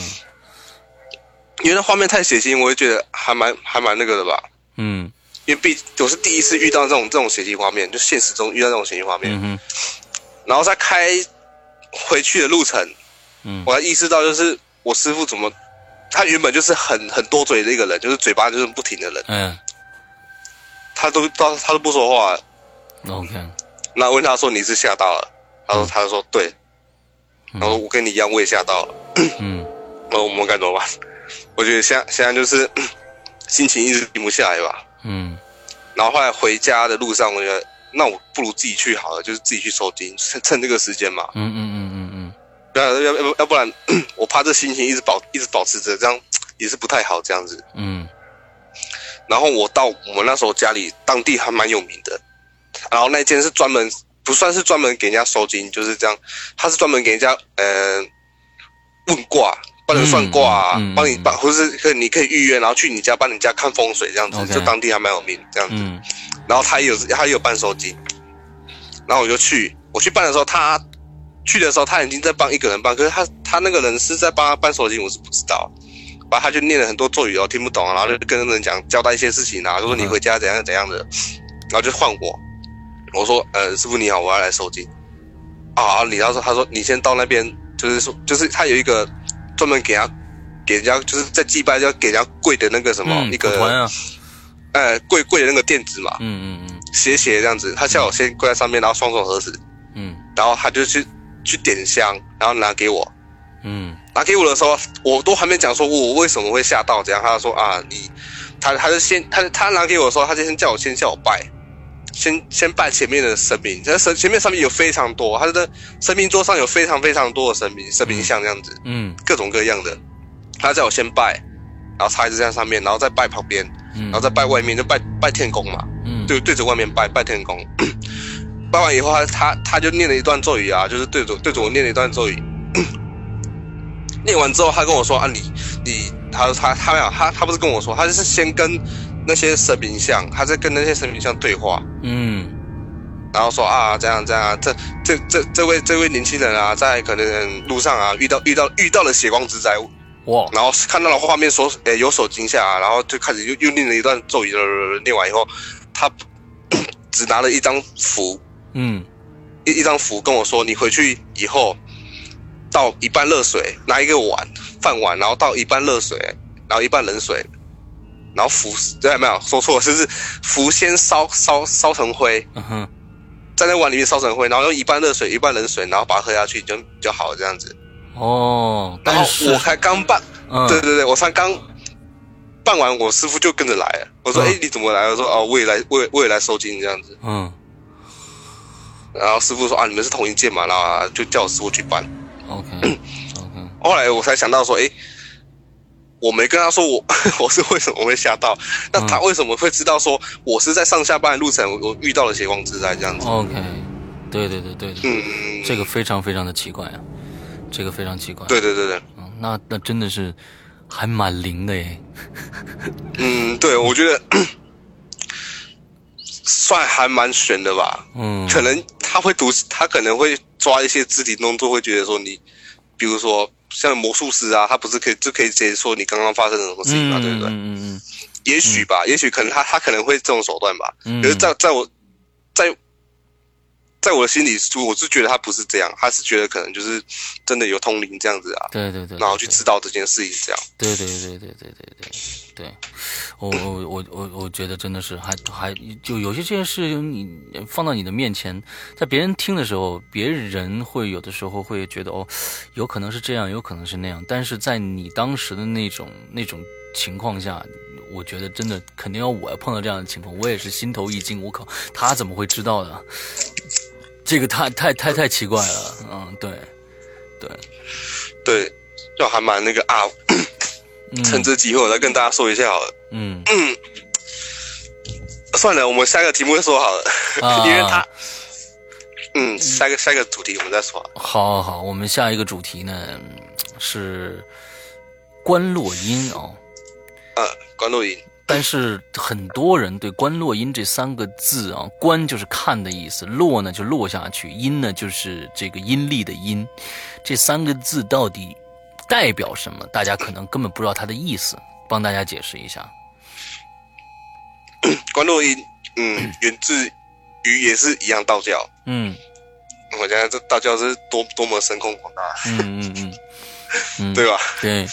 Speaker 2: 因为那画面太血腥，我就觉得还蛮还蛮那个的吧。
Speaker 1: 嗯
Speaker 2: 因为毕我是第一次遇到这种这种血腥画面，就现实中遇到这种血腥画面。
Speaker 1: 嗯嗯
Speaker 2: 然后在开回去的路程，
Speaker 1: 嗯
Speaker 2: 我才意识到，就是我师傅怎么，他原本就是很很多嘴的一个人，就是嘴巴就是不停的人，
Speaker 1: 嗯
Speaker 2: 他都到他都不说话了。
Speaker 1: 嗯，OK，
Speaker 2: 那问他说你是吓到了，他说
Speaker 1: 嗯
Speaker 2: 他就说对，然后
Speaker 1: 嗯
Speaker 2: 我跟你一样我也吓到了，
Speaker 1: 嗯
Speaker 2: 然后我们该怎么办？我觉得现在现在就是 心情一直停不下来吧。
Speaker 1: 嗯
Speaker 2: 然后后来回家的路上，我觉得那我不如自己去好了，就是自己去收金，趁趁这个时间嘛。
Speaker 1: 嗯嗯嗯
Speaker 2: 要啊要要不要不然， 我怕这心情一直保一直保持着，这样也是不太好这样子。
Speaker 1: 嗯嗯
Speaker 2: 然后我到我们那时候家里当地还蛮有名的，然后那间是专门不算是专门给人家收金，就是这样，他是专门给人家呃问卦，帮人算卦、啊，
Speaker 1: 嗯嗯嗯
Speaker 2: 帮你帮，或是可以你可以预约，然后去你家帮你家看风水这样子
Speaker 1: OK
Speaker 2: 就当地还蛮有名这样子。
Speaker 1: 嗯
Speaker 2: 然后他也有他也有办收金，然后我就去，我去办的时候，他去的时候他已经在帮一个人办，可是他他那个人是在帮他办收金，我是不知道。反正他就念了很多咒语哦，听不懂啊，然后就跟那个人讲交代一些事情啊，
Speaker 1: 嗯
Speaker 2: 就说你回家怎样怎样的，然后就换我，我说呃师傅你好，我要来收金啊，你要说他说你先到那边，就是说就是他有一个专门给他给人家就是在祭拜要给人家跪的那个什么、
Speaker 1: 嗯，
Speaker 2: 一个
Speaker 1: 团啊，
Speaker 2: 呃跪跪的那个垫子嘛，
Speaker 1: 嗯嗯
Speaker 2: 斜斜这样子，他叫我先跪在上面，然后双手合十，
Speaker 1: 嗯
Speaker 2: 然后他就去去点香，然后拿给我，
Speaker 1: 嗯
Speaker 2: 拿给我的时候，我都还没讲说我为什么会吓到，怎样，他就说啊你，他他就先他他拿给我的时候，他就先叫我先叫我拜，先先拜前面的神明，这神前面神明有非常多，他的神明桌上有非常非常多的神明神明像这样子，
Speaker 1: 嗯
Speaker 2: 各种各样的，他叫我先拜，然后插一支在上面，然后再拜旁边，
Speaker 1: 嗯，
Speaker 2: 然后再拜外面，就拜拜天公嘛。
Speaker 1: 嗯
Speaker 2: 对对着外面拜拜天公， 拜完以后他他他就念了一段咒语啊，就是对着对着我念了一段咒语， 念完之后他跟我说啊你你他他他没有他他不是跟我说，他就是先跟那些神明像，他在跟那些神明像对话，
Speaker 1: 嗯
Speaker 2: 然后说啊这样这样啊，这这这这位这位年轻人啊，在可能路上啊遇到遇到遇到了血光之灾，
Speaker 1: 哇
Speaker 2: 然后看到了画面所呃有手惊吓、啊，然后就开始又又念了一段咒语，念完以后，他只拿了一张符，
Speaker 1: 嗯
Speaker 2: 一一张符跟我说，你回去以后倒一半热水，拿一个碗饭碗，然后倒一半热水，然后一半冷水，然后符对没有说错，就是符先烧烧烧成灰，
Speaker 1: 嗯哼
Speaker 2: 在那碗里面烧成灰，然后用一半热水一半冷水，然后把它喝下去就就好了这样子。
Speaker 1: 哦，
Speaker 2: 然后
Speaker 1: 但是
Speaker 2: 我还刚办。
Speaker 1: 嗯
Speaker 2: 对对对，我才刚办完，我师傅就跟着来了。我说：“
Speaker 1: 嗯
Speaker 2: 哎、你怎么来了？”我说：“哦，我也来，我也我也来收金这样子。
Speaker 1: 嗯”
Speaker 2: 然后师傅说：“啊，你们是同一届嘛？”然后啊就叫我师傅去办。
Speaker 1: OK OK
Speaker 2: 后来我才想到说：“哎、我没跟他说我 我是为什么会吓到，那
Speaker 1: 嗯
Speaker 2: 他为什么会知道说我是在上下班的路程我我遇到了血光之灾这样子？”
Speaker 1: OK，对对对对对，
Speaker 2: 嗯，
Speaker 1: 哦这个非常非常的奇怪啊，这个非常奇怪。
Speaker 2: 对对对对，
Speaker 1: 嗯，那那真的是还蛮灵的耶。
Speaker 2: 嗯，对，我觉得 算还蛮悬的吧。
Speaker 1: 嗯，
Speaker 2: 可能他会读，他可能会抓一些肢体动作，会觉得说你，比如说像魔术师啊，他不是可以就可以直接说你刚刚发生了什么事情嘛，
Speaker 1: 嗯
Speaker 2: 对不对？
Speaker 1: 嗯嗯
Speaker 2: 也许吧，也许可能他他可能会这种手段吧。
Speaker 1: 嗯，
Speaker 2: 可是在，在我，在在我的心里，我是觉得他不是这样，他是觉得可能就是真的有通灵这样子啊，
Speaker 1: 对对对，
Speaker 2: 然后去
Speaker 1: 对
Speaker 2: 知道这件事情这样。
Speaker 1: 对对对对对对对对，我我我我我觉得真的是还还就有些这些事情你放到你的面前，在别人听的时候，别人会有的时候会觉得哦，有可能是这样，有可能是那样，但是在你当时的那种那种情况下。我觉得真的肯定要我要碰到这样的情况，我也是心头一惊。我靠，他怎么会知道的？这个太太太太奇怪了。嗯，对，对，
Speaker 2: 对，就还蛮那个啊，
Speaker 1: 嗯
Speaker 2: 趁这机会我再跟大家说一下好了。
Speaker 1: 嗯
Speaker 2: 算了，我们下个题目再说好了，
Speaker 1: 啊，
Speaker 2: 因为他。嗯，下一个下一个主题我们再说好了。
Speaker 1: 好好好，我们下一个主题呢嗯是关洛音哦，
Speaker 2: 呃，关洛音，
Speaker 1: 但是很多人对“观落阴”这三个字啊，“观”就是看的意思，“落”呢就落下去，“阴”呢就是这个阴历的“阴”，这三个字到底代表什么？大家可能根本不知道它的意思，帮大家解释一下。
Speaker 2: 观落阴， 嗯，源自于也是一样道教。
Speaker 1: 嗯
Speaker 2: 我现在这道教是多多么神空广大，
Speaker 1: 嗯嗯嗯嗯，
Speaker 2: 对吧？
Speaker 1: 对，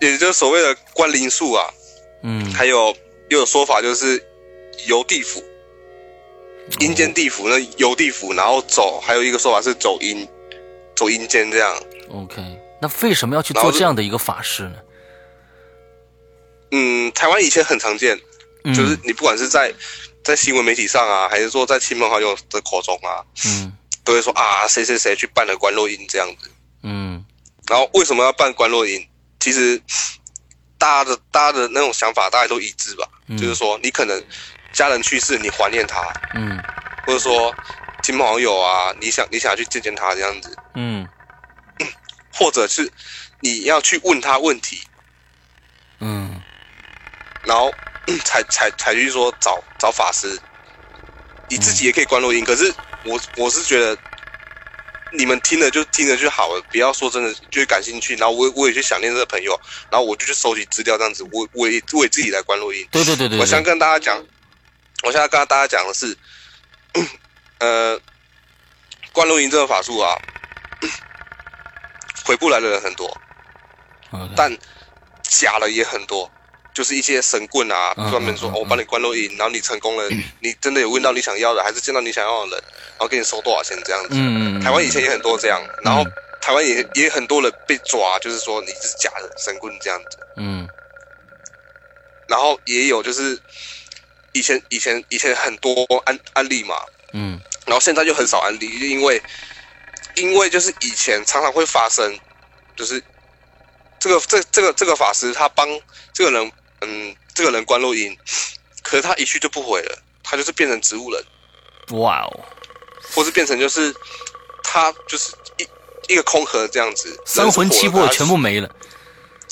Speaker 2: 也就是所谓的关灵术啊，
Speaker 1: 嗯，
Speaker 2: 还有又有说法就是游地府、
Speaker 1: 哦
Speaker 2: 阴间地府，那游地府，然后走，还有一个说法是走阴，走阴间这样。
Speaker 1: OK，那为什么要去
Speaker 2: 然
Speaker 1: 做
Speaker 2: 后就
Speaker 1: 这样的一个法事呢？
Speaker 2: 嗯，台湾以前很常见，
Speaker 1: 嗯
Speaker 2: 就是你不管是在在新闻媒体上啊，还是说在亲朋好友的口中啊，
Speaker 1: 嗯
Speaker 2: 都会说啊谁谁谁去办了关落阴这样子。
Speaker 1: 嗯
Speaker 2: 然后为什么要办关落营？其实大家的大家的那种想法大家都一致吧，
Speaker 1: 嗯
Speaker 2: 就是说你可能家人去世，你怀念他，
Speaker 1: 嗯
Speaker 2: 或者说亲朋好友啊，你想你想去见见他这样子，
Speaker 1: 嗯
Speaker 2: 或者是你要去问他问题，
Speaker 1: 嗯
Speaker 2: 然后 才才才去说找找法师，你自己也可以关落营，可是我我是觉得。你们听了就听了就好了，不要说真的就会感兴趣。然后我也我也去想念这个朋友，然后我就去收集资料这样子。我我也我也自己来关录音。
Speaker 1: 对对对对，
Speaker 2: 我想
Speaker 1: 对
Speaker 2: 跟大家讲，我现在跟大家讲的是， 呃，关录音这个法术啊， 回不来的人很多，
Speaker 1: OK，
Speaker 2: 但假的也很多，就是一些神棍啊，
Speaker 1: 嗯
Speaker 2: 专门
Speaker 1: 嗯
Speaker 2: 说、
Speaker 1: 嗯
Speaker 2: 哦我帮你关录音，然后你成 功了，你真的有问到你想要的，还是见到你想要的人，然后给你收多少钱这样子。
Speaker 1: 嗯嗯嗯，嗯
Speaker 2: 台湾以前也很多这样，然后台湾也也很多人被抓，就是说你是假的神棍这样子。
Speaker 1: 嗯
Speaker 2: 然后也有就是以前以前以前很多案案例嘛，
Speaker 1: 嗯
Speaker 2: 然后现在就很少案例，就因为因为就是以前常常会发生，就是这个这这个这个法师他帮这个人，嗯，这个人关录音，可是他一去就不回了，他就是变成植物人，
Speaker 1: 哇哦，
Speaker 2: 或是变成就是他就是一一个空壳这样子，
Speaker 1: 三魂七魄全部没了，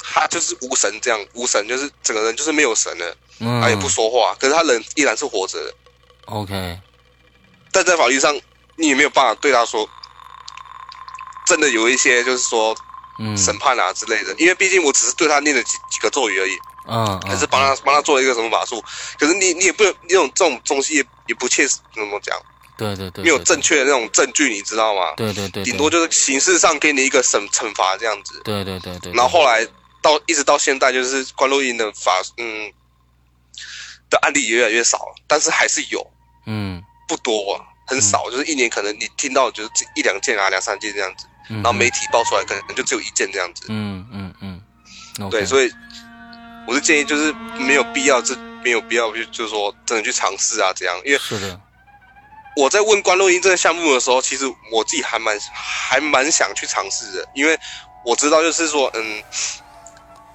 Speaker 2: 他就是无神这样，无神就是整个人就是没有神了，
Speaker 1: 嗯，
Speaker 2: 哎他也不说话，可是他人依然是活着的。
Speaker 1: OK，
Speaker 2: 但在法律上，你也没有办法对他说，真的有一些就是说
Speaker 1: 嗯，
Speaker 2: 审判啊之类的，因为毕竟我只是对他念了几几个咒语而已，
Speaker 1: 嗯，嗯
Speaker 2: 还是帮他帮他做了一个什么法术，可是你你也不能那种这种东西也也不切实怎么讲，
Speaker 1: 对对对，
Speaker 2: 没有
Speaker 1: 对
Speaker 2: 正，确的那种证据，你知道吗？
Speaker 1: 对对对，对
Speaker 2: 顶多就是形式上给你一个惩惩罚这样子，
Speaker 1: 对对对对，对
Speaker 2: 然后后来到一直到现在，就是关洛音的法嗯的案例也越来越少了，但是还是有，
Speaker 1: 嗯
Speaker 2: 不多，很少，就是一年可能你听到就是一两件啊，两三件这样子，
Speaker 1: 嗯，
Speaker 2: 然后媒体爆出来可能就只有一件这样子。
Speaker 1: 嗯嗯嗯，
Speaker 2: 对，
Speaker 1: 以
Speaker 2: 所以我是建议就是没有必要，这没有必要就就是说真的去尝试啊，这样。因为
Speaker 1: 是的，
Speaker 2: 我在问关洛音这个项目的时候，其实我自己还蛮还蛮想去尝试的，因为我知道就是说，嗯，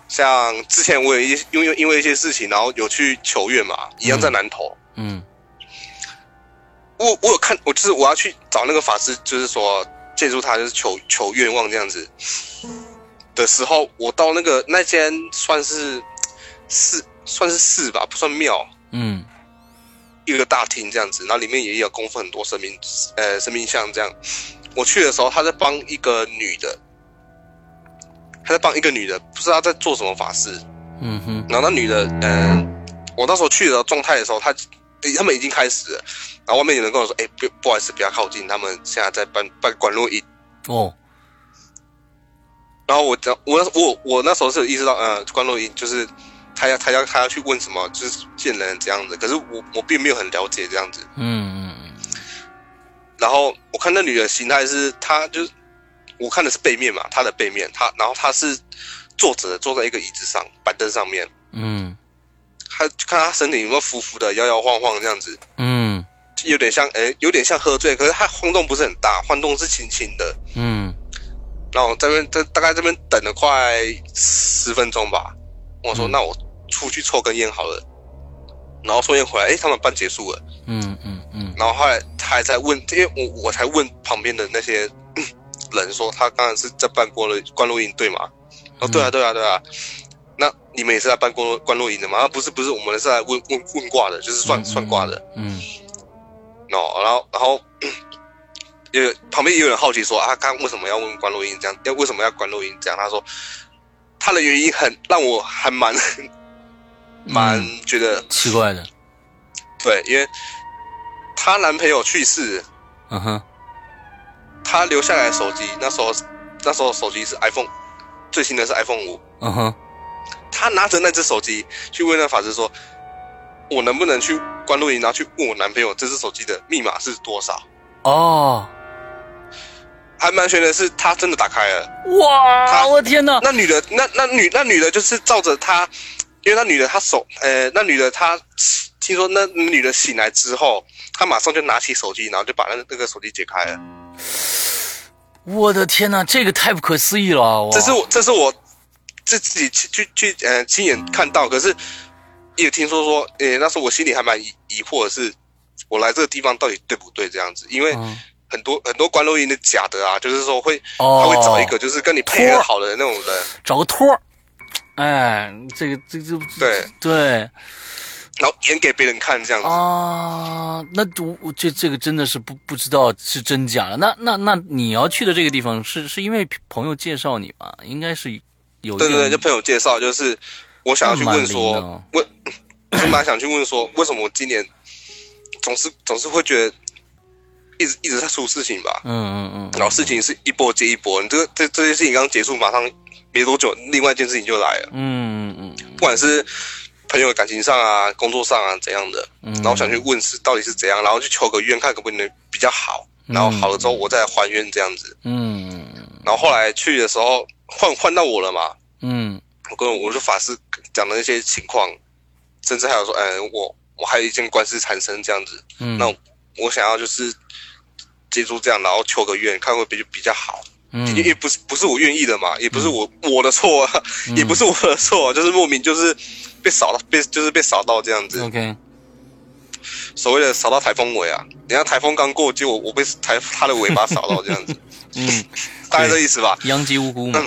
Speaker 2: 像之前我有一因为因为一些事情，然后有去求愿嘛，一样在南投。
Speaker 1: 嗯
Speaker 2: 我我有看，我就是我要去找那个法师，就是说借助他，就是求求愿望这样子的时候，我到那个那间算是寺，算是寺吧，不算庙，
Speaker 1: 嗯
Speaker 2: 一个大厅这样子，然后里面也有供奉很多神明，呃，神明像这样。我去的时候，他在帮一个女的，他在帮一个女的，不知道在做什么法事。
Speaker 1: 嗯哼，
Speaker 2: 然后那女的，嗯、我那时候去的状态的时候，她他们已经开始了，然后外面有人跟我说，哎、不不好意思，不要靠近，他们现在在办办管路营。
Speaker 1: 哦，
Speaker 2: 然后我讲，我那我我那时候是有意识到，呃，关录音就是他要他要他要去问什么，就是见人这样子。可是我我并没有很了解这样子。
Speaker 1: 嗯嗯
Speaker 2: 然后我看那女的形态是，她就是我看的是背面嘛，她的背面，她然后她是坐着的坐在一个椅子上板凳上面，
Speaker 1: 嗯
Speaker 2: 她就看她身体有没有浮浮的摇摇晃晃这样子，
Speaker 1: 嗯
Speaker 2: 有点像，哎，有点像喝醉，可是他晃动不是很大，晃动是轻轻的。
Speaker 1: 嗯
Speaker 2: 然后我这边这大概这边等了快十分钟吧，我说、
Speaker 1: 嗯
Speaker 2: 那我出去抽根烟好了。然后抽烟回来，哎，他们班结束了。
Speaker 1: 嗯嗯嗯
Speaker 2: 然后后来他还在问，因为我我才问旁边的那些 嗯
Speaker 1: 嗯
Speaker 2: 人说他刚才是在办过了关录音对吗？哦，对啊，对啊，对啊。那你们也是来办观落观落营的吗？啊，不是不是，我们是来问问问卦的，就是算、
Speaker 1: 嗯
Speaker 2: 算卦的。，
Speaker 1: 嗯
Speaker 2: 哦，然后然后也有旁边也有人好奇说啊，刚为什么要问关录音这样？要为什么要关录音这样？他说他的原因很让我还蛮 蛮
Speaker 1: 嗯
Speaker 2: 觉得、
Speaker 1: 奇怪的，
Speaker 2: 对，因为她男朋友去世，
Speaker 1: 嗯哼，
Speaker 2: 她留下来的手机那时候那时候手机是 iPhone 最新的是 iPhone 五，
Speaker 1: 嗯哼，
Speaker 2: 她拿着那只手机去问那法师说，我能不能去关录音，然后去问我男朋友这只手机的密码是多少？
Speaker 1: 哦，
Speaker 2: 还蛮悬的是，她真的打开了。
Speaker 1: 哇，
Speaker 2: 他
Speaker 1: 我天哪，
Speaker 2: 那女的，那那女那女的就是照着他，因为那女的她手，呃，那女的她听说那女的醒来之后，她马上就拿起手机，然后就把那那个手机解开了。
Speaker 1: 我的天哪，这个太不可思议了，哇
Speaker 2: 这是我这是我自自己去去去呃亲眼看到，可是也听说说，呃，那时候我心里还蛮疑疑惑的是，我来这个地方到底对不对这样子，因为。
Speaker 1: 嗯
Speaker 2: 很多很多关录音的假的啊，就是说会，
Speaker 1: 哦
Speaker 2: 他会找一个就是跟你配合
Speaker 1: 托
Speaker 2: 好的那种人，
Speaker 1: 找个托儿，哎，这个这这
Speaker 2: 对
Speaker 1: 对
Speaker 2: 然后演给别人看这样子。
Speaker 1: 啊，那我我这这个真的是不不知道是真假了。那那那你要去的这个地方是是因为朋友介绍你吧？应该是有
Speaker 2: 对对对，
Speaker 1: 这
Speaker 2: 就
Speaker 1: 种
Speaker 2: 朋友介绍，就是我想要去问
Speaker 1: 那蛮灵的哦
Speaker 2: 说，问， 我蛮想去问说，为什么我今年总是总是会觉得一直一直在出事情吧？
Speaker 1: 嗯嗯嗯
Speaker 2: 然后事情是一波接一波，你这个这这些事情刚结束，马上没多久，另外一件事情就来了，
Speaker 1: 嗯嗯嗯
Speaker 2: 不管是朋友感情上啊、工作上啊怎样的，
Speaker 1: 嗯，
Speaker 2: 然后想去问是到底是怎样，然后去求个愿，看可不可能比较好，然后好了之后我再还愿这样子。
Speaker 1: 嗯嗯
Speaker 2: 然后后来去的时候换换到我了嘛，
Speaker 1: 嗯
Speaker 2: 我跟我说法师讲的那些情况，甚至还有说，嗯，我我还有一件官司缠身这样子，
Speaker 1: 嗯，
Speaker 2: 那我想要就是接触这样，然后求个愿，看会比比较好，
Speaker 1: 嗯
Speaker 2: 因为不是不是我愿意的嘛，也不是我、我的错、啊，
Speaker 1: 嗯
Speaker 2: 也不是我的错、啊就是莫名就是被扫到，被就是被扫到这样子，
Speaker 1: OK，
Speaker 2: 所谓的扫到台风尾啊，人家台风刚过，结果我被台他的尾巴扫到这 样子，
Speaker 1: 嗯，
Speaker 2: 大概这意思吧，
Speaker 1: 殃及无辜嘛，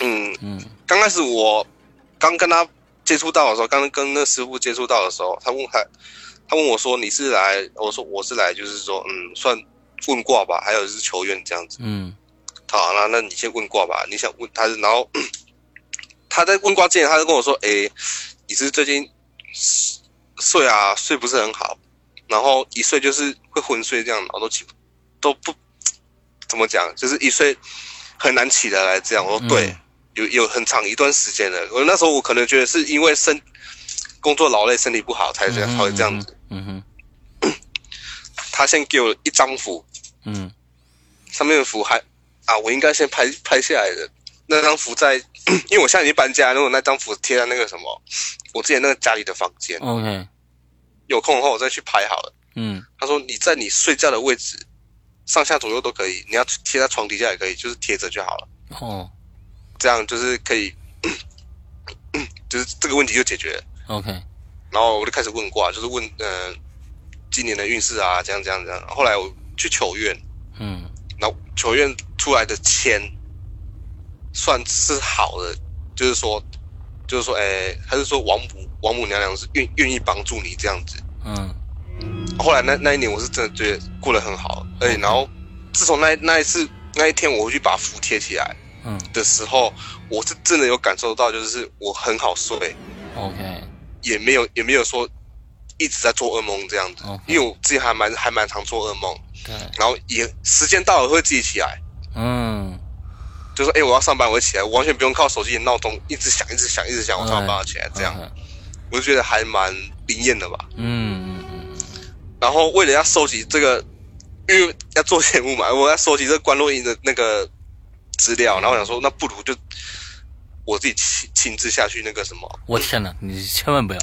Speaker 2: 嗯。
Speaker 1: 嗯
Speaker 2: 刚开始我刚跟他接触到的时候，刚跟那师傅接触到的时候，他问他，他问我说你是来，我说我是来，就是说，嗯，算问卦吧，还有就是求愿这样子。
Speaker 1: 嗯
Speaker 2: 他好，那那你先问卦吧，你想问他是，然后 他在问卦之前，他就跟我说，诶、你是最近睡啊睡不是很好，然后一睡就是会昏睡这样，然后都起不都不怎么讲，就是一睡很难起得来这样。我说
Speaker 1: 嗯
Speaker 2: 对。有有很长一段时间了。我那时候我可能觉得是因为身工作劳累、身体不好才
Speaker 1: 嗯，
Speaker 2: 这样才会这样子。，
Speaker 1: 嗯哼
Speaker 2: 他先给我一张符，
Speaker 1: 嗯
Speaker 2: 上面的符还啊，我应该先拍拍下来的。那张符在， 因为我现在已经搬家，如果那张符贴在那个什么，我之前那个家里的房间，
Speaker 1: OK，
Speaker 2: 有空的话我再去拍好了。
Speaker 1: 嗯
Speaker 2: 他说你在你睡觉的位置，上下左右都可以，你要贴在床底下也可以，就是贴着就好了，
Speaker 1: 哦
Speaker 2: 这样就是可以， 就是这个问题就解决了。
Speaker 1: OK，
Speaker 2: 然后我就开始问卦，就是问呃今年的运势啊，这样这样这样。后来我去求愿，
Speaker 1: 嗯
Speaker 2: 然后求愿出来的签算是好的，就是说就是说，哎，他是说王母王母娘娘是愿愿意帮助你这样子。
Speaker 1: 嗯
Speaker 2: 后来那那一年我是真的觉得过得很好，而且然后自从那那一次那一天我回去把符贴起来
Speaker 1: 嗯
Speaker 2: 的时候，我是真的有感受到，就是我很好睡，
Speaker 1: OK，
Speaker 2: 也没有也没有说一直在做噩梦这样子
Speaker 1: OK
Speaker 2: 因为我自己还蛮还蛮常做噩梦，
Speaker 1: 对，
Speaker 2: 然后也时间到了会自己起来，
Speaker 1: 嗯。
Speaker 2: 就说哎、诶我要上班，我会起来，我完全不用靠手机的闹钟一直响一直响一直响，我上班要起来这样，
Speaker 1: OK，
Speaker 2: 我就觉得还蛮灵验的吧。
Speaker 1: 嗯嗯
Speaker 2: 然后为了要收集这个，因为要做节目嘛，我要收集这个关洛音的那个资料，然后我想说那不如就我自己亲亲自下去那个什么
Speaker 1: 嗯，我天哪，你千万不要，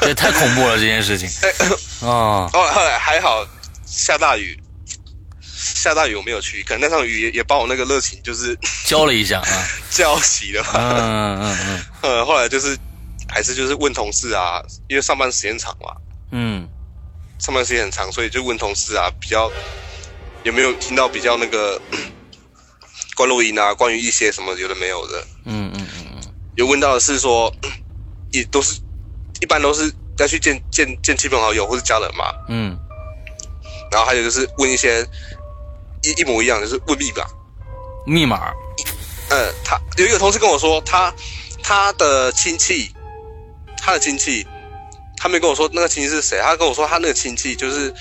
Speaker 1: 这太恐怖了这件事情
Speaker 2: 哎
Speaker 1: 啊！
Speaker 2: 后来后来还好，下大雨，下大雨我没有去，可能那场雨也也把我那个热情就是
Speaker 1: 教了一下啊，
Speaker 2: 浇熄了吧。
Speaker 1: 嗯嗯嗯
Speaker 2: 呃，后来就是还是就是问同事啊，因为上班时间长嘛，
Speaker 1: 嗯
Speaker 2: 上班时间很长，所以就问同事啊，比较有没有听到比较 那个关录音啊，关于一些什么有的没有的，
Speaker 1: 嗯嗯嗯嗯
Speaker 2: 有问到的是说， 也都是一般都是要去见见见亲朋好友或是家人嘛，
Speaker 1: 嗯，
Speaker 2: 然后还有就是问一些一一模一样，就是问密码。
Speaker 1: 密码，
Speaker 2: 嗯，他有一个同事跟我说，他他的亲戚，他的亲戚，他没跟我说那个亲戚是谁，他跟我说他那个亲戚就是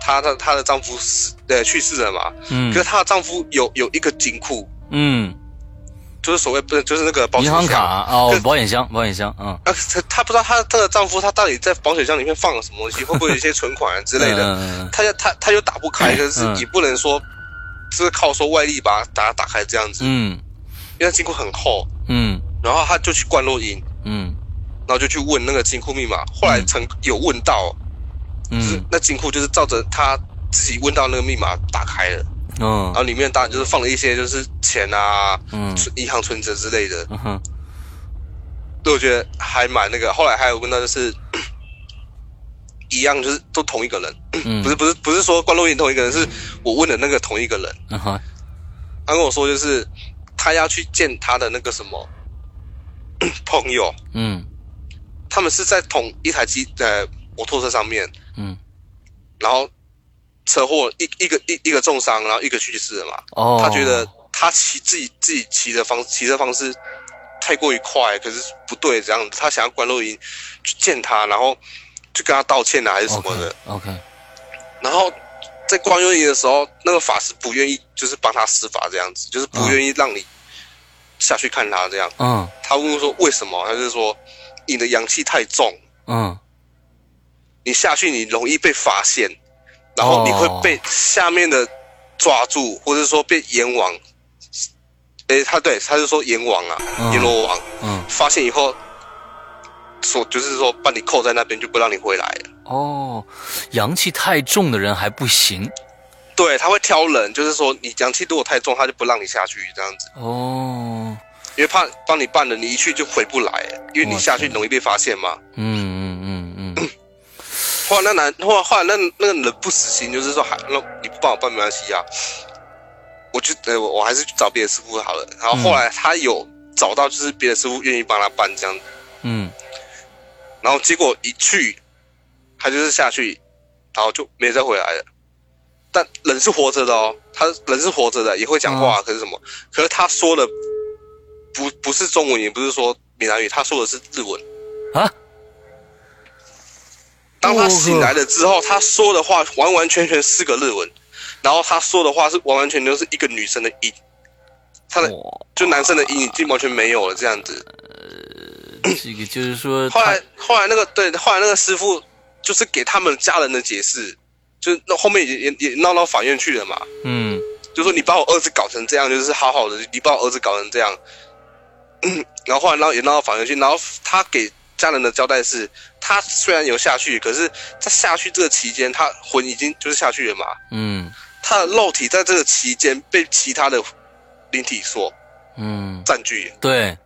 Speaker 2: 他的他的丈夫死呃去世了嘛，
Speaker 1: 嗯
Speaker 2: 可是她的丈夫有有一个金库，
Speaker 1: 嗯，
Speaker 2: 就是所谓不是就是那个保险
Speaker 1: 银
Speaker 2: 箱
Speaker 1: 行卡哦
Speaker 2: 可，
Speaker 1: 保险箱，保险箱，嗯，
Speaker 2: 啊，她她不知道她她的丈夫他到底在保险箱里面放了什么东西，会不会有一些存款之类的，
Speaker 1: 嗯，
Speaker 2: 她就她她又打 不开，可是
Speaker 1: 嗯
Speaker 2: 也不能说就是靠说外力把它打打开这样子，
Speaker 1: 嗯
Speaker 2: 因为金库很厚，
Speaker 1: 嗯
Speaker 2: 然后她就去灌录音，
Speaker 1: 嗯
Speaker 2: 然后就去问那个金库密码，后来成有问到，就是
Speaker 1: 嗯
Speaker 2: 那金库就是照着她自己问到那个密码打开了，
Speaker 1: 嗯
Speaker 2: 然后里面当然就是放了一些就是钱啊、
Speaker 1: 嗯
Speaker 2: 存银行存折之类的，
Speaker 1: 嗯哼
Speaker 2: 对，我觉得还蛮那个。后来还有问到就是， 一样就是都同一个人，
Speaker 1: 嗯，
Speaker 2: 不是，不是不是说关洛云同一个人，是我问的那个同一个人。
Speaker 1: 嗯哼，
Speaker 2: 他跟我说就是他要去见他的那个什么 朋友，
Speaker 1: 嗯
Speaker 2: 他们是在同一台机呃摩托车上面，
Speaker 1: 嗯，
Speaker 2: 然后车祸一一个一一个重伤，然后一个去世了嘛。
Speaker 1: 哦，
Speaker 2: 他觉得他骑自己自己骑的方骑车方式太过于快，可是不对这样子。他想要关录音去见他，然后就跟他道歉啊，还是什么的。
Speaker 1: ，OK，
Speaker 2: 然后在关录音的时候，那个法师不愿意，就是帮他施法这样子，就是不愿意让你下去看他这样。
Speaker 1: 嗯
Speaker 2: 他问我说为什么？他就说你的阳气太重，
Speaker 1: 嗯
Speaker 2: 你下去你容易被发现，然后你会被下面的抓住，或者说被阎王，诶，他对，他是说阎王啊，
Speaker 1: 嗯
Speaker 2: 阎罗王
Speaker 1: 嗯，
Speaker 2: 发现以后，所就是说把你扣在那边就不让你回来了。
Speaker 1: 哦，阳气太重的人还不行
Speaker 2: 对，他会挑人，就是说你阳气如果太重，他就不让你下去这样子，
Speaker 1: 哦，
Speaker 2: 因为怕帮你办了，你一去就回不来了，因为你下去容易被发现嘛。
Speaker 1: 嗯嗯嗯嗯，
Speaker 2: 后来那男，后来后来那那个人不死心，就是说还那你不帮我办没关系啊，我就呃我我还是去找别的师傅好了。然后后来他有找到就是别的师傅愿意帮他办这样，
Speaker 1: 嗯
Speaker 2: 然后结果一去，他就是下去，然后就没再回来了。但人是活着的哦，他人是活着的，也会讲话，可是什么？可是他说的不不是中文，也不是说闽南语，他说的是日文。
Speaker 1: 啊，
Speaker 2: 当他
Speaker 1: 哦
Speaker 2: 醒来了之后，他说的话完完全全是个日文，然后他说的话是完完全全是一个女生的音，他的
Speaker 1: 哇，
Speaker 2: 就男生的音已经完全没有了这样子。
Speaker 1: 这个就是说，
Speaker 2: 后来后来那个对，后来那个师傅就是给他们家人的解释，就是那后面也也也闹到法院去了嘛，
Speaker 1: 嗯
Speaker 2: 就说你把我儿子搞成这样，就是好好的，你把我儿子搞成这样， 然后后来闹也闹到法院去，然后他给家人的交代是，他虽然有下去，可是在下去这个期间，他魂已经就是下去了嘛，
Speaker 1: 嗯
Speaker 2: 他的肉体在这个期间被其他的灵体所
Speaker 1: 嗯，
Speaker 2: 占据，
Speaker 1: 对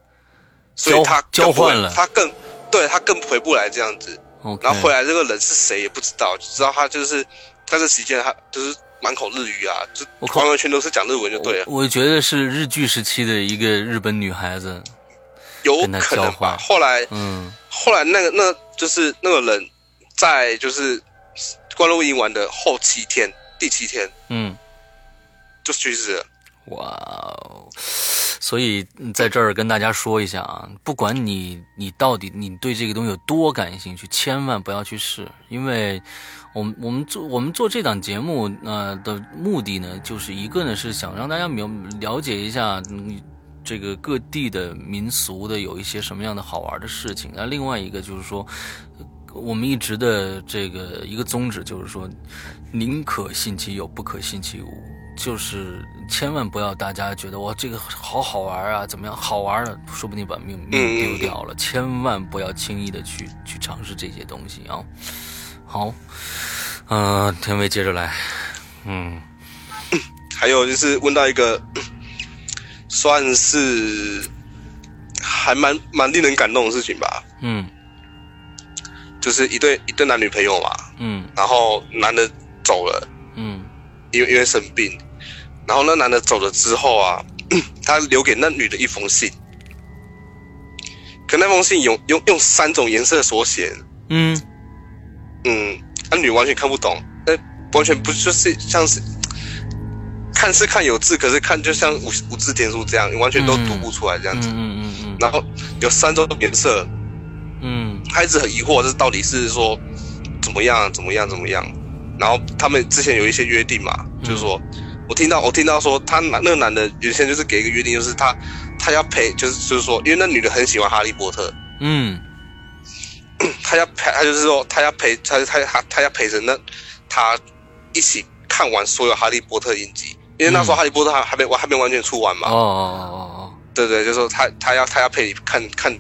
Speaker 2: 所以他
Speaker 1: 交
Speaker 2: 更不
Speaker 1: 交
Speaker 2: 会
Speaker 1: 换了
Speaker 2: 他更对他更回不来这样子。
Speaker 1: ，OK，
Speaker 2: 然后回来这个人是谁也不知道，只知道他就是在这期间他就是满口日语啊，就
Speaker 1: 我靠
Speaker 2: 完完全都是讲日文就对了，
Speaker 1: 我觉得是日剧时期的一个日本女孩子，
Speaker 2: 有
Speaker 1: 跟他
Speaker 2: 可
Speaker 1: 交
Speaker 2: 能
Speaker 1: 换
Speaker 2: 吧。后来
Speaker 1: 嗯
Speaker 2: 后来那个那就是那个人在就是关录营完的后七天，第七天
Speaker 1: 嗯，
Speaker 2: 就去世了。
Speaker 1: 哇哦！所以嗯在这儿跟大家说一下啊，不管你你到底你对这个东西有多感兴趣，千万不要去试，因为我们我们做我们做这档节目呃的目的呢，就是一个呢是想让大家了了解一下。嗯这个各地的民俗的有一些什么样的好玩的事情？那另外一个就是说，我们一直的这个一个宗旨就是说，宁可信其有，不可信其无。就是千万不要大家觉得哇，这个好好玩啊，怎么样好玩了，说不定把命命丢掉了。千万不要轻易的去去尝试这些东西啊。好，呃，天威接着来，嗯
Speaker 2: 还有就是问到一个 算是还蛮蛮令人感动的事情吧，
Speaker 1: 嗯
Speaker 2: 就是一对一对男女朋友嘛，
Speaker 1: 嗯
Speaker 2: 然后男的走了。
Speaker 1: 嗯
Speaker 2: 因为因为生病，然后那 男的走了之后啊，他留给那女的一封信，可那封信用用用三种颜色所写，
Speaker 1: 嗯，
Speaker 2: 嗯，那、女完全看不懂，那完全不就是像是看是看有字，可是看就像五五字天书这样，你完全都读不出来这样
Speaker 1: 嗯
Speaker 2: 子。
Speaker 1: 嗯嗯
Speaker 2: 然后有三种颜色，
Speaker 1: 嗯
Speaker 2: 他一直很疑惑，这到底是说怎么样，怎么样，怎么样？然后他们之前有一些约定嘛，就是说我听到我听到说他那那个男的原先就是给一个约定，就是他他要陪，就是就是说，因为那女的很喜欢哈利波特，
Speaker 1: 嗯嗯
Speaker 2: 他要陪，他就是说他要陪他他他他要陪着那他一起看完所有哈利波特影集，因为那时候哈利波特还还没完还没完全出完嘛，
Speaker 1: 嗯哦哦
Speaker 2: 对对，就是说他他要他要陪你看看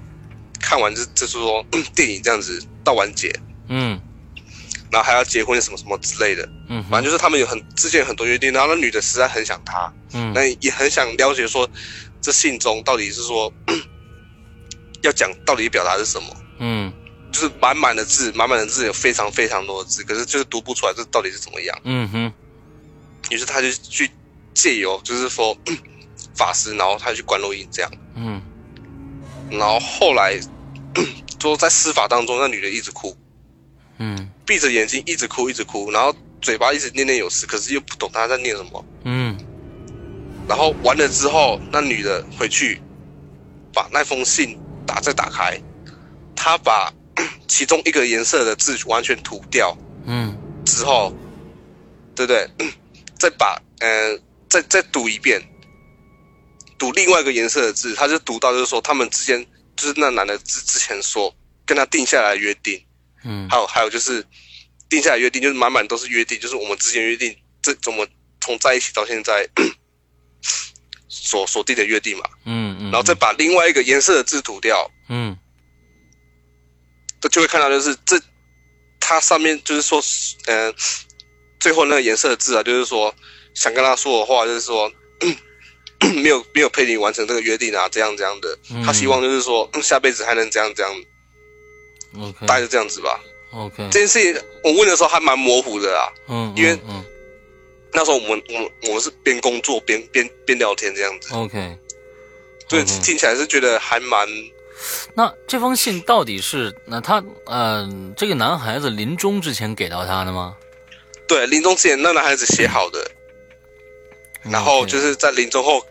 Speaker 2: 看完这就是说 电影这样子到完结，
Speaker 1: 哦嗯
Speaker 2: 然后还要结婚什么什么之类的，
Speaker 1: 嗯，
Speaker 2: 反正就是他们有很之前有很多约定，然后那女的实在很想他，
Speaker 1: 嗯
Speaker 2: 那也很想了解说这信中到底是说 要讲到底表达是什么，
Speaker 1: 嗯
Speaker 2: 就是满满的字，满满的字有非常非常多的字，可是就是读不出来这到底是怎么样。
Speaker 1: 嗯哼
Speaker 2: 于是他就去借由就是说 法师，然后他去关录音这样。
Speaker 1: 嗯
Speaker 2: 然后后来 说在施法当中，那女的一直哭，
Speaker 1: 嗯
Speaker 2: 闭着眼睛一直哭，一直哭，然后嘴巴一直念念有词，可是又不懂她在念什么。
Speaker 1: 嗯
Speaker 2: 然后完了之后，那女的回去把那封信打再打开，她把 其中一个颜色的字完全涂掉
Speaker 1: 嗯
Speaker 2: 之后，对不对？ 再把呃再再读一遍，读另外一个颜色的字，她就读到就是说他们之间就是那男的之之前说跟他定下来的约定，
Speaker 1: 嗯
Speaker 2: 还有还有就是定下来约定，就是满满都是约定，就是我们之前约定，这怎么从在一起到现在 所所定的约定嘛，
Speaker 1: 嗯嗯，
Speaker 2: 然后再把另外一个颜色的字涂掉，
Speaker 1: 嗯
Speaker 2: 这就会看到就是这它上面就是说，嗯、最后那个颜色的字啊，就是说想跟他说的话，就是说。 没有没有陪你完成这个约定啊，这样这样的，他希望就是说嗯下辈子还能这样这样，
Speaker 1: OK
Speaker 2: 大概就这样子吧。
Speaker 1: OK，
Speaker 2: 这件事情我问的时候还蛮模糊的啦，
Speaker 1: 嗯嗯
Speaker 2: 那时候我们我们我们是边工作边边边聊天这样子，
Speaker 1: OK，
Speaker 2: 对，
Speaker 1: 嗯
Speaker 2: 听起来是觉得还蛮
Speaker 1: 那这封信到底是那他嗯这个男孩子临终之前给到他的吗？
Speaker 2: 对。临终之前那男孩子写好的，然
Speaker 1: 嗯
Speaker 2: 后就是在临终后，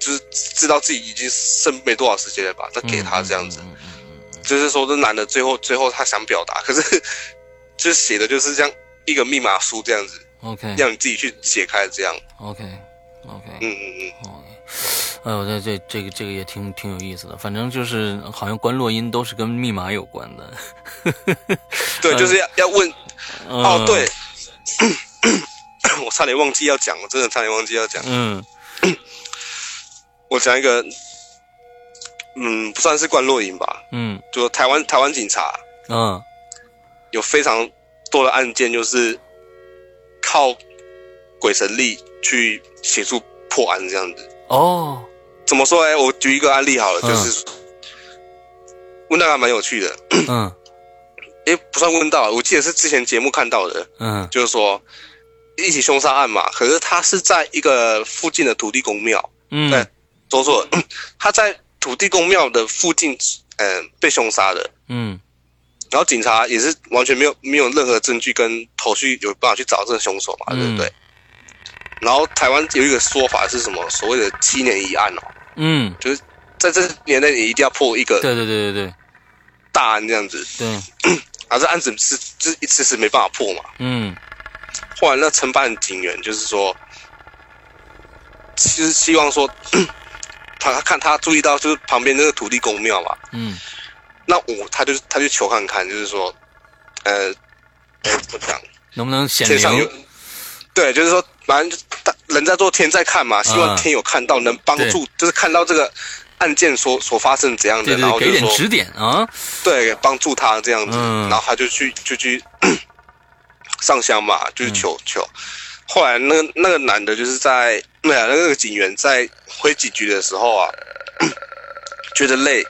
Speaker 2: 就是知道自己已经剩没多少时间了吧，再给他这样子，
Speaker 1: 嗯
Speaker 2: 就是说这男的最后最后他想表达，可是就是写的就是像一个密码书这样子，
Speaker 1: OK
Speaker 2: 让你自己去解开这样，
Speaker 1: OK OK，
Speaker 2: 嗯嗯嗯，
Speaker 1: 哦，哎呦，这这这个这个也挺挺有意思的，反正就是好像关落音都是跟密码有关的。
Speaker 2: 对，就是要要问哦
Speaker 1: 嗯，
Speaker 2: 对，， 我差点忘记要讲了，真的差点忘记要讲。
Speaker 1: 嗯
Speaker 2: 我讲一个，嗯，不算是冠落营吧，
Speaker 1: 嗯
Speaker 2: 就台湾台湾警察
Speaker 1: 嗯
Speaker 2: 有非常多的案件，就是靠鬼神力去协助破案这样子。
Speaker 1: 哦，
Speaker 2: 怎么说？哎，我举一个案例好了，
Speaker 1: 嗯
Speaker 2: 就是、问到还蛮有趣的，
Speaker 1: 嗯
Speaker 2: 哎，不算问到，我记得是之前节目看到的，
Speaker 1: 嗯
Speaker 2: 就是说一起凶杀案嘛，可是他是在一个附近的土地公庙。
Speaker 1: 嗯
Speaker 2: 说 错了，他在土地公庙的附近，嗯、被凶杀的。
Speaker 1: 嗯
Speaker 2: 然后警察也是完全没有没有任何证据跟头绪，有办法去找这个凶手嘛，
Speaker 1: 嗯
Speaker 2: 对不对？然后台湾有一个说法是什么？所谓的七年一案哦，
Speaker 1: 嗯，
Speaker 2: 在这年内你一定要破一个
Speaker 1: 对对对对对
Speaker 2: 大案这样子，
Speaker 1: 对，
Speaker 2: 啊，这案子是就是一迟迟没办法破嘛。
Speaker 1: 嗯
Speaker 2: 后来那承办警员就是说，其实希望说， 他他看他注意到就是旁边那个土地公庙嘛，
Speaker 1: 嗯
Speaker 2: 那我他就他就求看看，就是说，呃，呃怎么讲，
Speaker 1: 能不能显
Speaker 2: 天上有
Speaker 1: 灵？，
Speaker 2: 对，就是说，反正就是大人在做，天在看嘛，希望
Speaker 1: 嗯
Speaker 2: 天有看到，能帮助，就是看到这个案件所所发生怎样的，
Speaker 1: 对
Speaker 2: 然
Speaker 1: 对，
Speaker 2: 后就
Speaker 1: 给
Speaker 2: 是
Speaker 1: 点
Speaker 2: 说，
Speaker 1: 指点啊！
Speaker 2: 对，帮助他这样子，
Speaker 1: 嗯
Speaker 2: 然后他就去就去 上香嘛，就是求、求。后来那个那个男的，就是在那那个警员在挥警局的时候啊， 觉得累，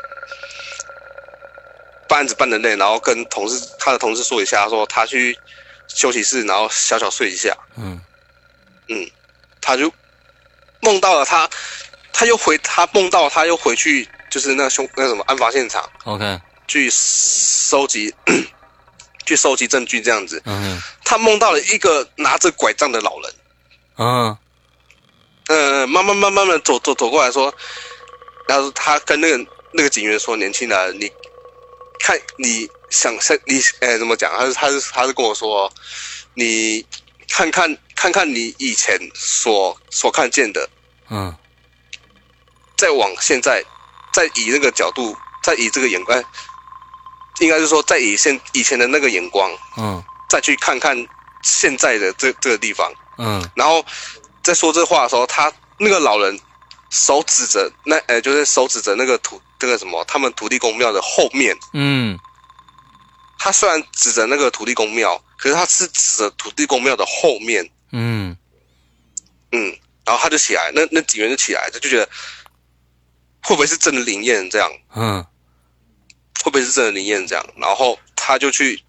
Speaker 2: 办案子办的累，然后跟同事他的同事说一下，说他去休息室，然后小小睡一下，
Speaker 1: 嗯
Speaker 2: 他就梦到了他，他又回他梦到他又回去就是那凶那什么案发现场
Speaker 1: OK，
Speaker 2: 去收集 去收集证据这样子。
Speaker 1: 嗯
Speaker 2: 他梦到了一个拿着拐杖的老人，
Speaker 1: 嗯
Speaker 2: 呃，慢慢慢慢的走走走过来说，然后他跟那个那个警员说：“年轻人，你看你想象你呃怎么讲？他是他是他是跟我说，哦你看看看看你以前所所看见的，
Speaker 1: 嗯
Speaker 2: 再往现在，再以那个角度，再以这个眼光，哎应该是说再以现以前的那个眼光，
Speaker 1: 嗯
Speaker 2: 再去看看现在的这这个地方。
Speaker 1: 嗯
Speaker 2: 然后在说这话的时候，他那个老人手指着那呃，就是手指着那个土那个什么，他们土地公庙的后面。
Speaker 1: 嗯
Speaker 2: 他虽然指着那个土地公庙，可是他是指着土地公庙的后面。
Speaker 1: 嗯
Speaker 2: 嗯，然后他就起来，那那警员就起来，他就觉得会不会是真的灵验这样？
Speaker 1: 嗯
Speaker 2: 会不会是真的灵验这样？然后他就去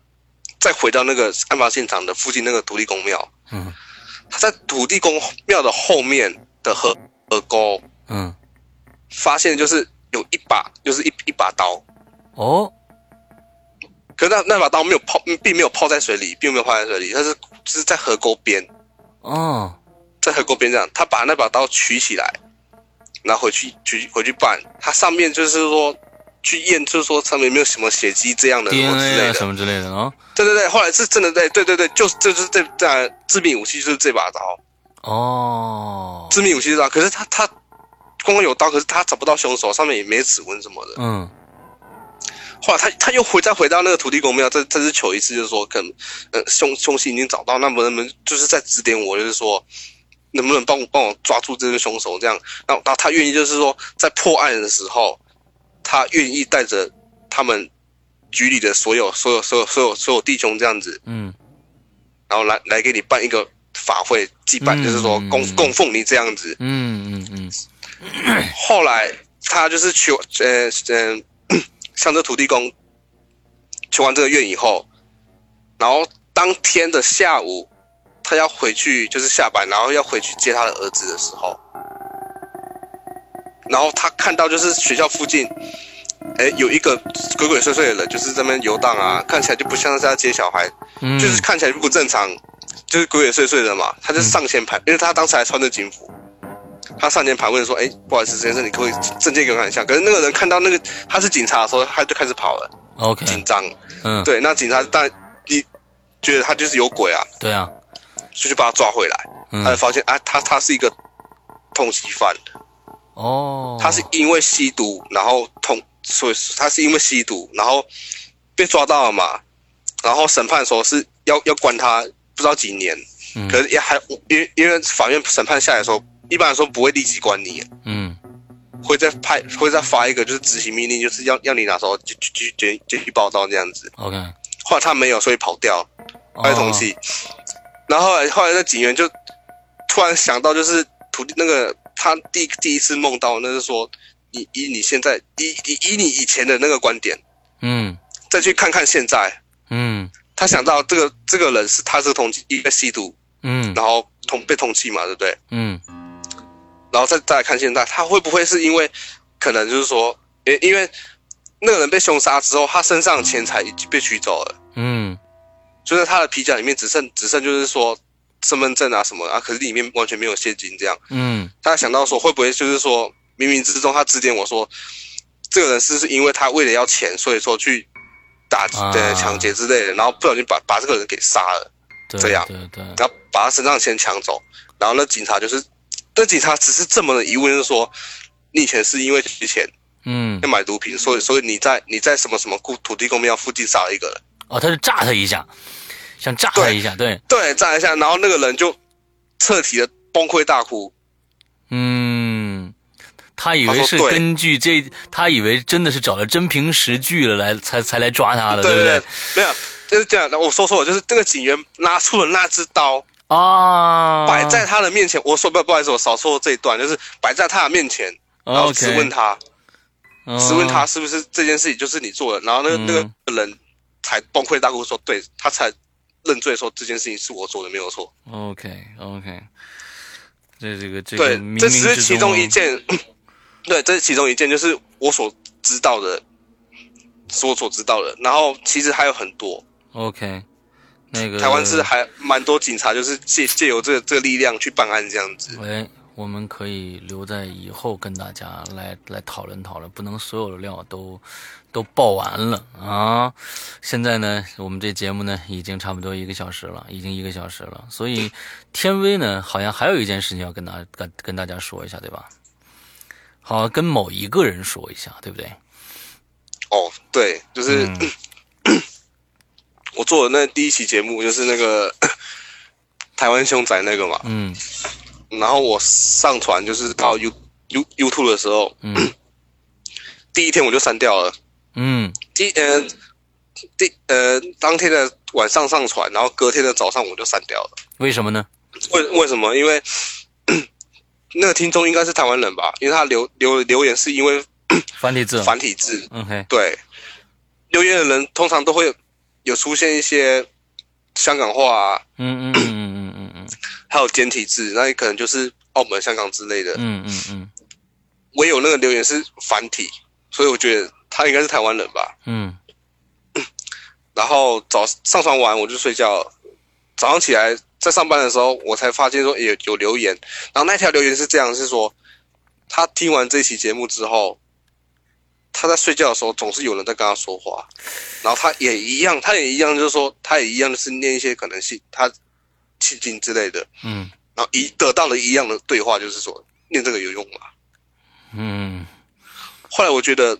Speaker 2: 再回到那个案发现场的附近那个土地公庙，
Speaker 1: 嗯
Speaker 2: 他在土地公庙的后面的河河沟
Speaker 1: 嗯，
Speaker 2: 发现就是有一把，就是一一把刀，
Speaker 1: 哦，
Speaker 2: 可是那那把刀没有泡，并没有泡在水里，并没有泡在水里，它是是在河沟边，
Speaker 1: 哦，
Speaker 2: 在河沟边这样，他把那把刀取起来，然后回去去回去办，他上面就是说去验，就是说上面有没有什么血迹这样的什么之
Speaker 1: DNA
Speaker 2: 类
Speaker 1: 啊
Speaker 2: 的
Speaker 1: 什。么之类的啊。
Speaker 2: 对对对，后来是真的在，对对对，就是就是这这样致命武器就是这把刀，
Speaker 1: 哦，
Speaker 2: 致命武器是这把刀。可是他他光光有刀，可是他找不到凶手，上面也没指纹什么的。
Speaker 1: 嗯
Speaker 2: 后来他他又回再回到那个土地公庙，再再次求一次，就是说可能呃凶凶器已经找到，那么能不能就是再指点我，就是说能不能帮我帮我抓住这个凶手这样。然后然后他愿意就是说在破案的时候，他愿意带着他们局里的所有所有所有所有所有弟兄这样子，
Speaker 1: 嗯
Speaker 2: 然后来来给你办一个法会祭拜，
Speaker 1: 嗯
Speaker 2: 就是说供
Speaker 1: 嗯
Speaker 2: 供奉你这样子。
Speaker 1: 嗯嗯嗯
Speaker 2: 后来他就是求呃 嗯、向这土地公求完这个愿以后，然后当天的下午，他要回去就是下班，然后要回去接他的儿子的时候，然后他看到就是学校附近。哎，有一个鬼鬼祟祟的人，就是在那边游荡啊，看起来就不像是在接小孩，
Speaker 1: 嗯，
Speaker 2: 就是看起来不正常，就是鬼鬼祟祟的嘛。他就上前
Speaker 1: 嗯
Speaker 2: 盘，因为他当时还穿着警服，他上前盘问说：“哎、不好意思，先生，你可不可以证件给我看一下？”可是那个人看到那个他是警察的时候，他就开始跑了，
Speaker 1: OK，
Speaker 2: 紧张。
Speaker 1: 嗯，
Speaker 2: 对，那警察当然一觉得他就是有鬼啊，
Speaker 1: 对啊，
Speaker 2: 就去把他抓回来。他
Speaker 1: 嗯
Speaker 2: 才发现啊，他他是一个通缉犯，
Speaker 1: 哦，
Speaker 2: 他是因为吸毒，然后通，所以他是因为吸毒，然后被抓到了嘛。然后审判的时候是要要关他不知道几年。
Speaker 1: 嗯
Speaker 2: 可是也还因为因为法院审判下来的时候，一般来说不会立即关你，
Speaker 1: 嗯
Speaker 2: 会再派会再发一个就是执行命令，就是要要你拿手去去去去去报道这样子。
Speaker 1: OK，
Speaker 2: 后来他没有，所以跑掉，
Speaker 1: 哦
Speaker 2: 他就通缉。然后后来后来那警员就突然想到，就是土地那个他第第一次梦到，那是说你以你现在以以以你以前的那个观点，
Speaker 1: 嗯
Speaker 2: 再去看看现在。
Speaker 1: 嗯
Speaker 2: 他想到这个这个人是他是通缉，一个吸毒，
Speaker 1: 嗯
Speaker 2: 然后通被通缉嘛，对不对？
Speaker 1: 嗯
Speaker 2: 然后再再来看现在，他会不会是因为可能就是说，因因为那个人被凶杀之后，他身上的钱财已经被取走了，
Speaker 1: 嗯
Speaker 2: 就是他的皮夹里面只剩只剩就是说身份证啊什么啊，可是里面完全没有现金这样。
Speaker 1: 嗯
Speaker 2: 他想到说，会不会就是说，冥冥之中他指点我说，这个人是不是因为他为了要钱，所以说去打
Speaker 1: 啊
Speaker 2: 呃抢劫之类的，然后不小心把把这个人给杀了，
Speaker 1: 对
Speaker 2: 这样
Speaker 1: 对对，
Speaker 2: 然后把他身上的钱抢走，然后那警察就是，那警察只是这么的疑问，就是说，你以前是因为缺钱。
Speaker 1: 嗯
Speaker 2: 要买毒品，所以所以你在你在什么什么故土地公庙附近杀了一个人，
Speaker 1: 哦，他是炸他一下，想炸他一下，对，
Speaker 2: 对，站一下，然后那个人就彻底的崩溃大哭，
Speaker 1: 嗯。他以为
Speaker 2: 他
Speaker 1: 是
Speaker 2: 说对
Speaker 1: 根据这，他以为真的是找了真凭实据了来才才来抓他的，
Speaker 2: 对
Speaker 1: 不
Speaker 2: 对，没有，就是这样。然后我说错了，就是那个警员拿出了那只刀，
Speaker 1: 啊，
Speaker 2: 摆在他的面前。我说不不好意思，我少说这一段，就是摆在他的面前，然后
Speaker 1: OK，
Speaker 2: 质问他，
Speaker 1: 嗯
Speaker 2: 质问他是不是这件事情就是你做的，然后那个
Speaker 1: 嗯
Speaker 2: 那个人才崩溃大哭说，对他才认罪说这件事情是我做的，没有错。
Speaker 1: OK OK，这这个这个
Speaker 2: 对
Speaker 1: 冥冥，
Speaker 2: 这只是
Speaker 1: 之
Speaker 2: 其
Speaker 1: 中哦
Speaker 2: 中一件。对，这是其中一件，就是我所知道的，是我所知道的。然后其实还有很多，
Speaker 1: OK，那个
Speaker 2: 台湾是还蛮多警察就是借借由这这个力量去办案这样子。
Speaker 1: 哎，我们可以留在以后跟大家来来讨论讨论，不能所有的料都都爆完了啊！现在呢，我们这节目呢已经差不多一个小时了，已经一个小时了，所以天威呢好像还有一件事情要跟大跟跟大家说一下，对吧？好像跟某一个人说一下，对不对？
Speaker 2: 哦，对，就是、
Speaker 1: 嗯
Speaker 2: 我做的那第一期节目就是那个 台湾凶宅那个嘛，
Speaker 1: 嗯
Speaker 2: 然后我上传就是到 You You YouTube 的时候，
Speaker 1: 嗯
Speaker 2: 第一天我就删掉了。
Speaker 1: 嗯
Speaker 2: 第呃第呃当天的晚上上传，然后隔天的早上我就删掉了。
Speaker 1: 为什么呢？
Speaker 2: 为为什么？因为那个听众应该是台湾人吧，因为他留留留言是因为
Speaker 1: 繁体字。
Speaker 2: 繁体字，
Speaker 1: OK，
Speaker 2: 对，留言的人通常都会有出现一些香港话、啊，
Speaker 1: 嗯嗯嗯嗯嗯嗯
Speaker 2: 还有简体字，那你可能就是澳门、香港之类的。
Speaker 1: 嗯嗯嗯
Speaker 2: 唯有那个留言是繁体，所以我觉得他应该是台湾人吧。
Speaker 1: 嗯
Speaker 2: 然后早上传完我就睡觉了，早上起来在上班的时候，我才发现说有有留言，然后那条留言是这样，是说他听完这期节目之后，他在睡觉的时候总是有人在跟他说话，然后他也一样，他也一样，就是说他也一样，就是念一些可能性他心经之类的，
Speaker 1: 嗯
Speaker 2: 然后一得到了一样的对话，就是说念这个有用吗？
Speaker 1: 嗯
Speaker 2: 后来我觉得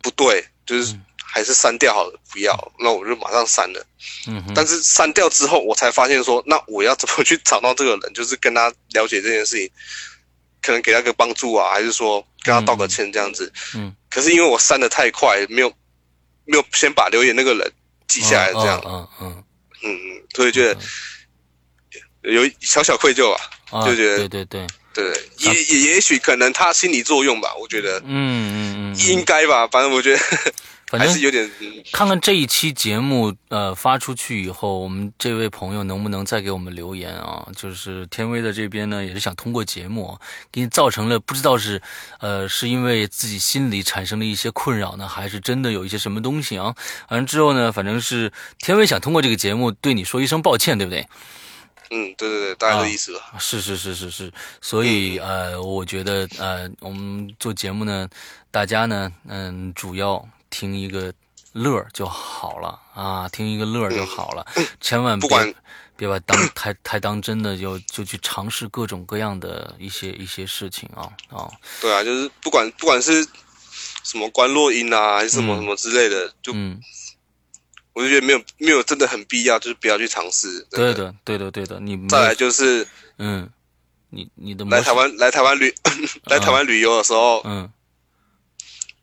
Speaker 2: 不对，就是还是删掉好了，不要，那我就马上删了。
Speaker 1: 嗯嗯，
Speaker 2: 但是删掉之后，我才发现说，那我要怎么去找到这个人，就是跟他了解这件事情，可能给他个帮助啊，还是说跟他道个歉这样子。
Speaker 1: 嗯嗯
Speaker 2: 可是因为我删的太快，没有没有先把留言那个人记下来，这样，
Speaker 1: 嗯嗯。
Speaker 2: 嗯嗯，所以觉得有小小愧疚吧。
Speaker 1: 啊，
Speaker 2: 就觉得
Speaker 1: 对对对，
Speaker 2: 对，也也也许可能他心理作用吧，我觉得
Speaker 1: 嗯嗯嗯嗯，
Speaker 2: 应该吧，反正我觉得
Speaker 1: 反
Speaker 2: 还是
Speaker 1: 正
Speaker 2: 有点，嗯
Speaker 1: 看看这一期节目呃发出去以后，我们这位朋友能不能再给我们留言啊？就是天威的这边呢，也是想通过节目啊给你造成了不知道是呃是因为自己心里产生了一些困扰呢，还是真的有一些什么东西啊？完了之后呢，反正是天威想通过这个节目对你说一声抱歉，对不对？
Speaker 2: 嗯，对对对，大概
Speaker 1: 啊
Speaker 2: 这意思吧。
Speaker 1: 是是是是是，所以呃，我觉得呃，我们做节目呢，大家呢，嗯，主要听一个乐儿就好了啊，听一个乐儿就好了，千万
Speaker 2: 嗯不
Speaker 1: 别
Speaker 2: 管
Speaker 1: 别把当太太当真的，就就去尝试各种各样的一些一些事情啊啊，
Speaker 2: 对啊，就是不管不管是什么关落音啊，还是什么
Speaker 1: 嗯
Speaker 2: 什么之类的，就
Speaker 1: 嗯，
Speaker 2: 我就觉得没有没有真的很必要，就是不要去尝试。真
Speaker 1: 对
Speaker 2: 的。
Speaker 1: 的对的对的，你没
Speaker 2: 再
Speaker 1: 有
Speaker 2: 来就是
Speaker 1: 嗯，你你的模
Speaker 2: 来
Speaker 1: 式
Speaker 2: 台，湾来台湾旅 来台湾旅游的时候，
Speaker 1: 啊嗯。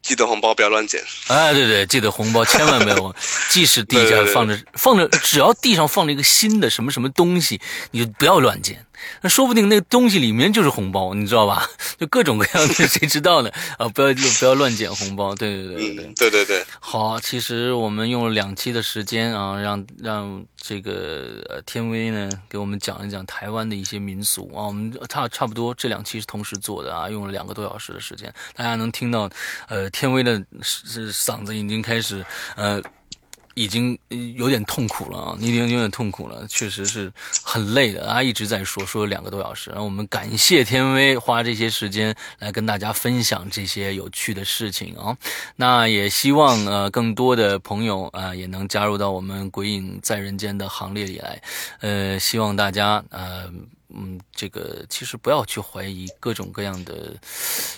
Speaker 2: 记得红包不要乱捡。
Speaker 1: 哎，对对，记得红包千万不要忘，即使地下放着放着，只要地上放着一个新的什么什么东西，你就不要乱捡。那说不定那个东西里面就是红包，你知道吧？ 就各种各样的，谁知道呢？啊，不要不要乱捡红包。对对对对对。
Speaker 2: 嗯，对对对，
Speaker 1: 好，其实我们用了两期的时间啊，让让这个呃天威呢给我们讲一讲台湾的一些民俗啊。我们差差不多这两期是同时做的啊，用了两个多小时的时间，大家能听到，呃，天威的是是嗓子已经开始呃。已经呃有点痛苦了啊，已经有点痛苦了，确实是很累的。啊他一直在说，说了两个多小时。然后我们感谢天威花这些时间来跟大家分享这些有趣的事情啊。那也希望呃更多的朋友啊、呃也能加入到我们《鬼影在人间》的行列里来。呃，希望大家呃嗯，这个其实不要去怀疑各种各样的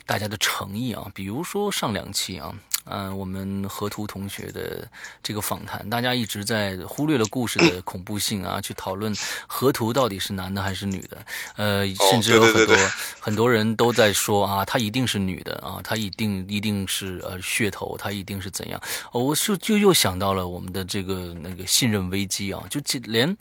Speaker 1: 大家的诚意啊，比如说上两期啊。嗯、我们河图同学的这个访谈，大家一直在忽略了故事的恐怖性 啊，去讨论河图到底是男的还是女的，呃，甚至有很
Speaker 2: 哦对
Speaker 1: 多
Speaker 2: 对对对
Speaker 1: 很多人都在说啊，她一定是女的啊，她一定一定是呃噱头，她一定是怎样？哦，我是就又想到了我们的这个那个信任危机啊，就这连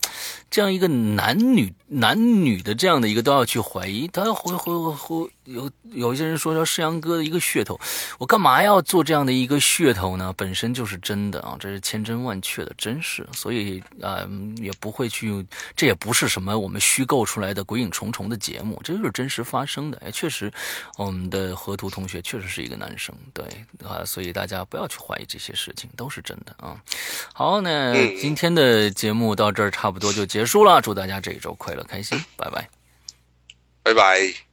Speaker 1: 这样一个男女男女理的这样的一个都要去怀疑，他要回回回有有一些人说叫世阳哥的一个噱头，我干嘛要做这样的一个噱头呢？本身就是真的啊，这是千真万确的真实，所以呃也不会去，这也不是什么我们虚构出来的鬼影重重的节目，这就是真实发生的。哎，确实，我们的河图同学确实是一个男生，对啊，所以大家不要去怀疑这些事情，都是真的啊。好，那
Speaker 2: 嗯
Speaker 1: 今天的节目到这儿差不多就结束了，祝大家这一周快乐开心，拜拜。
Speaker 2: 拜拜。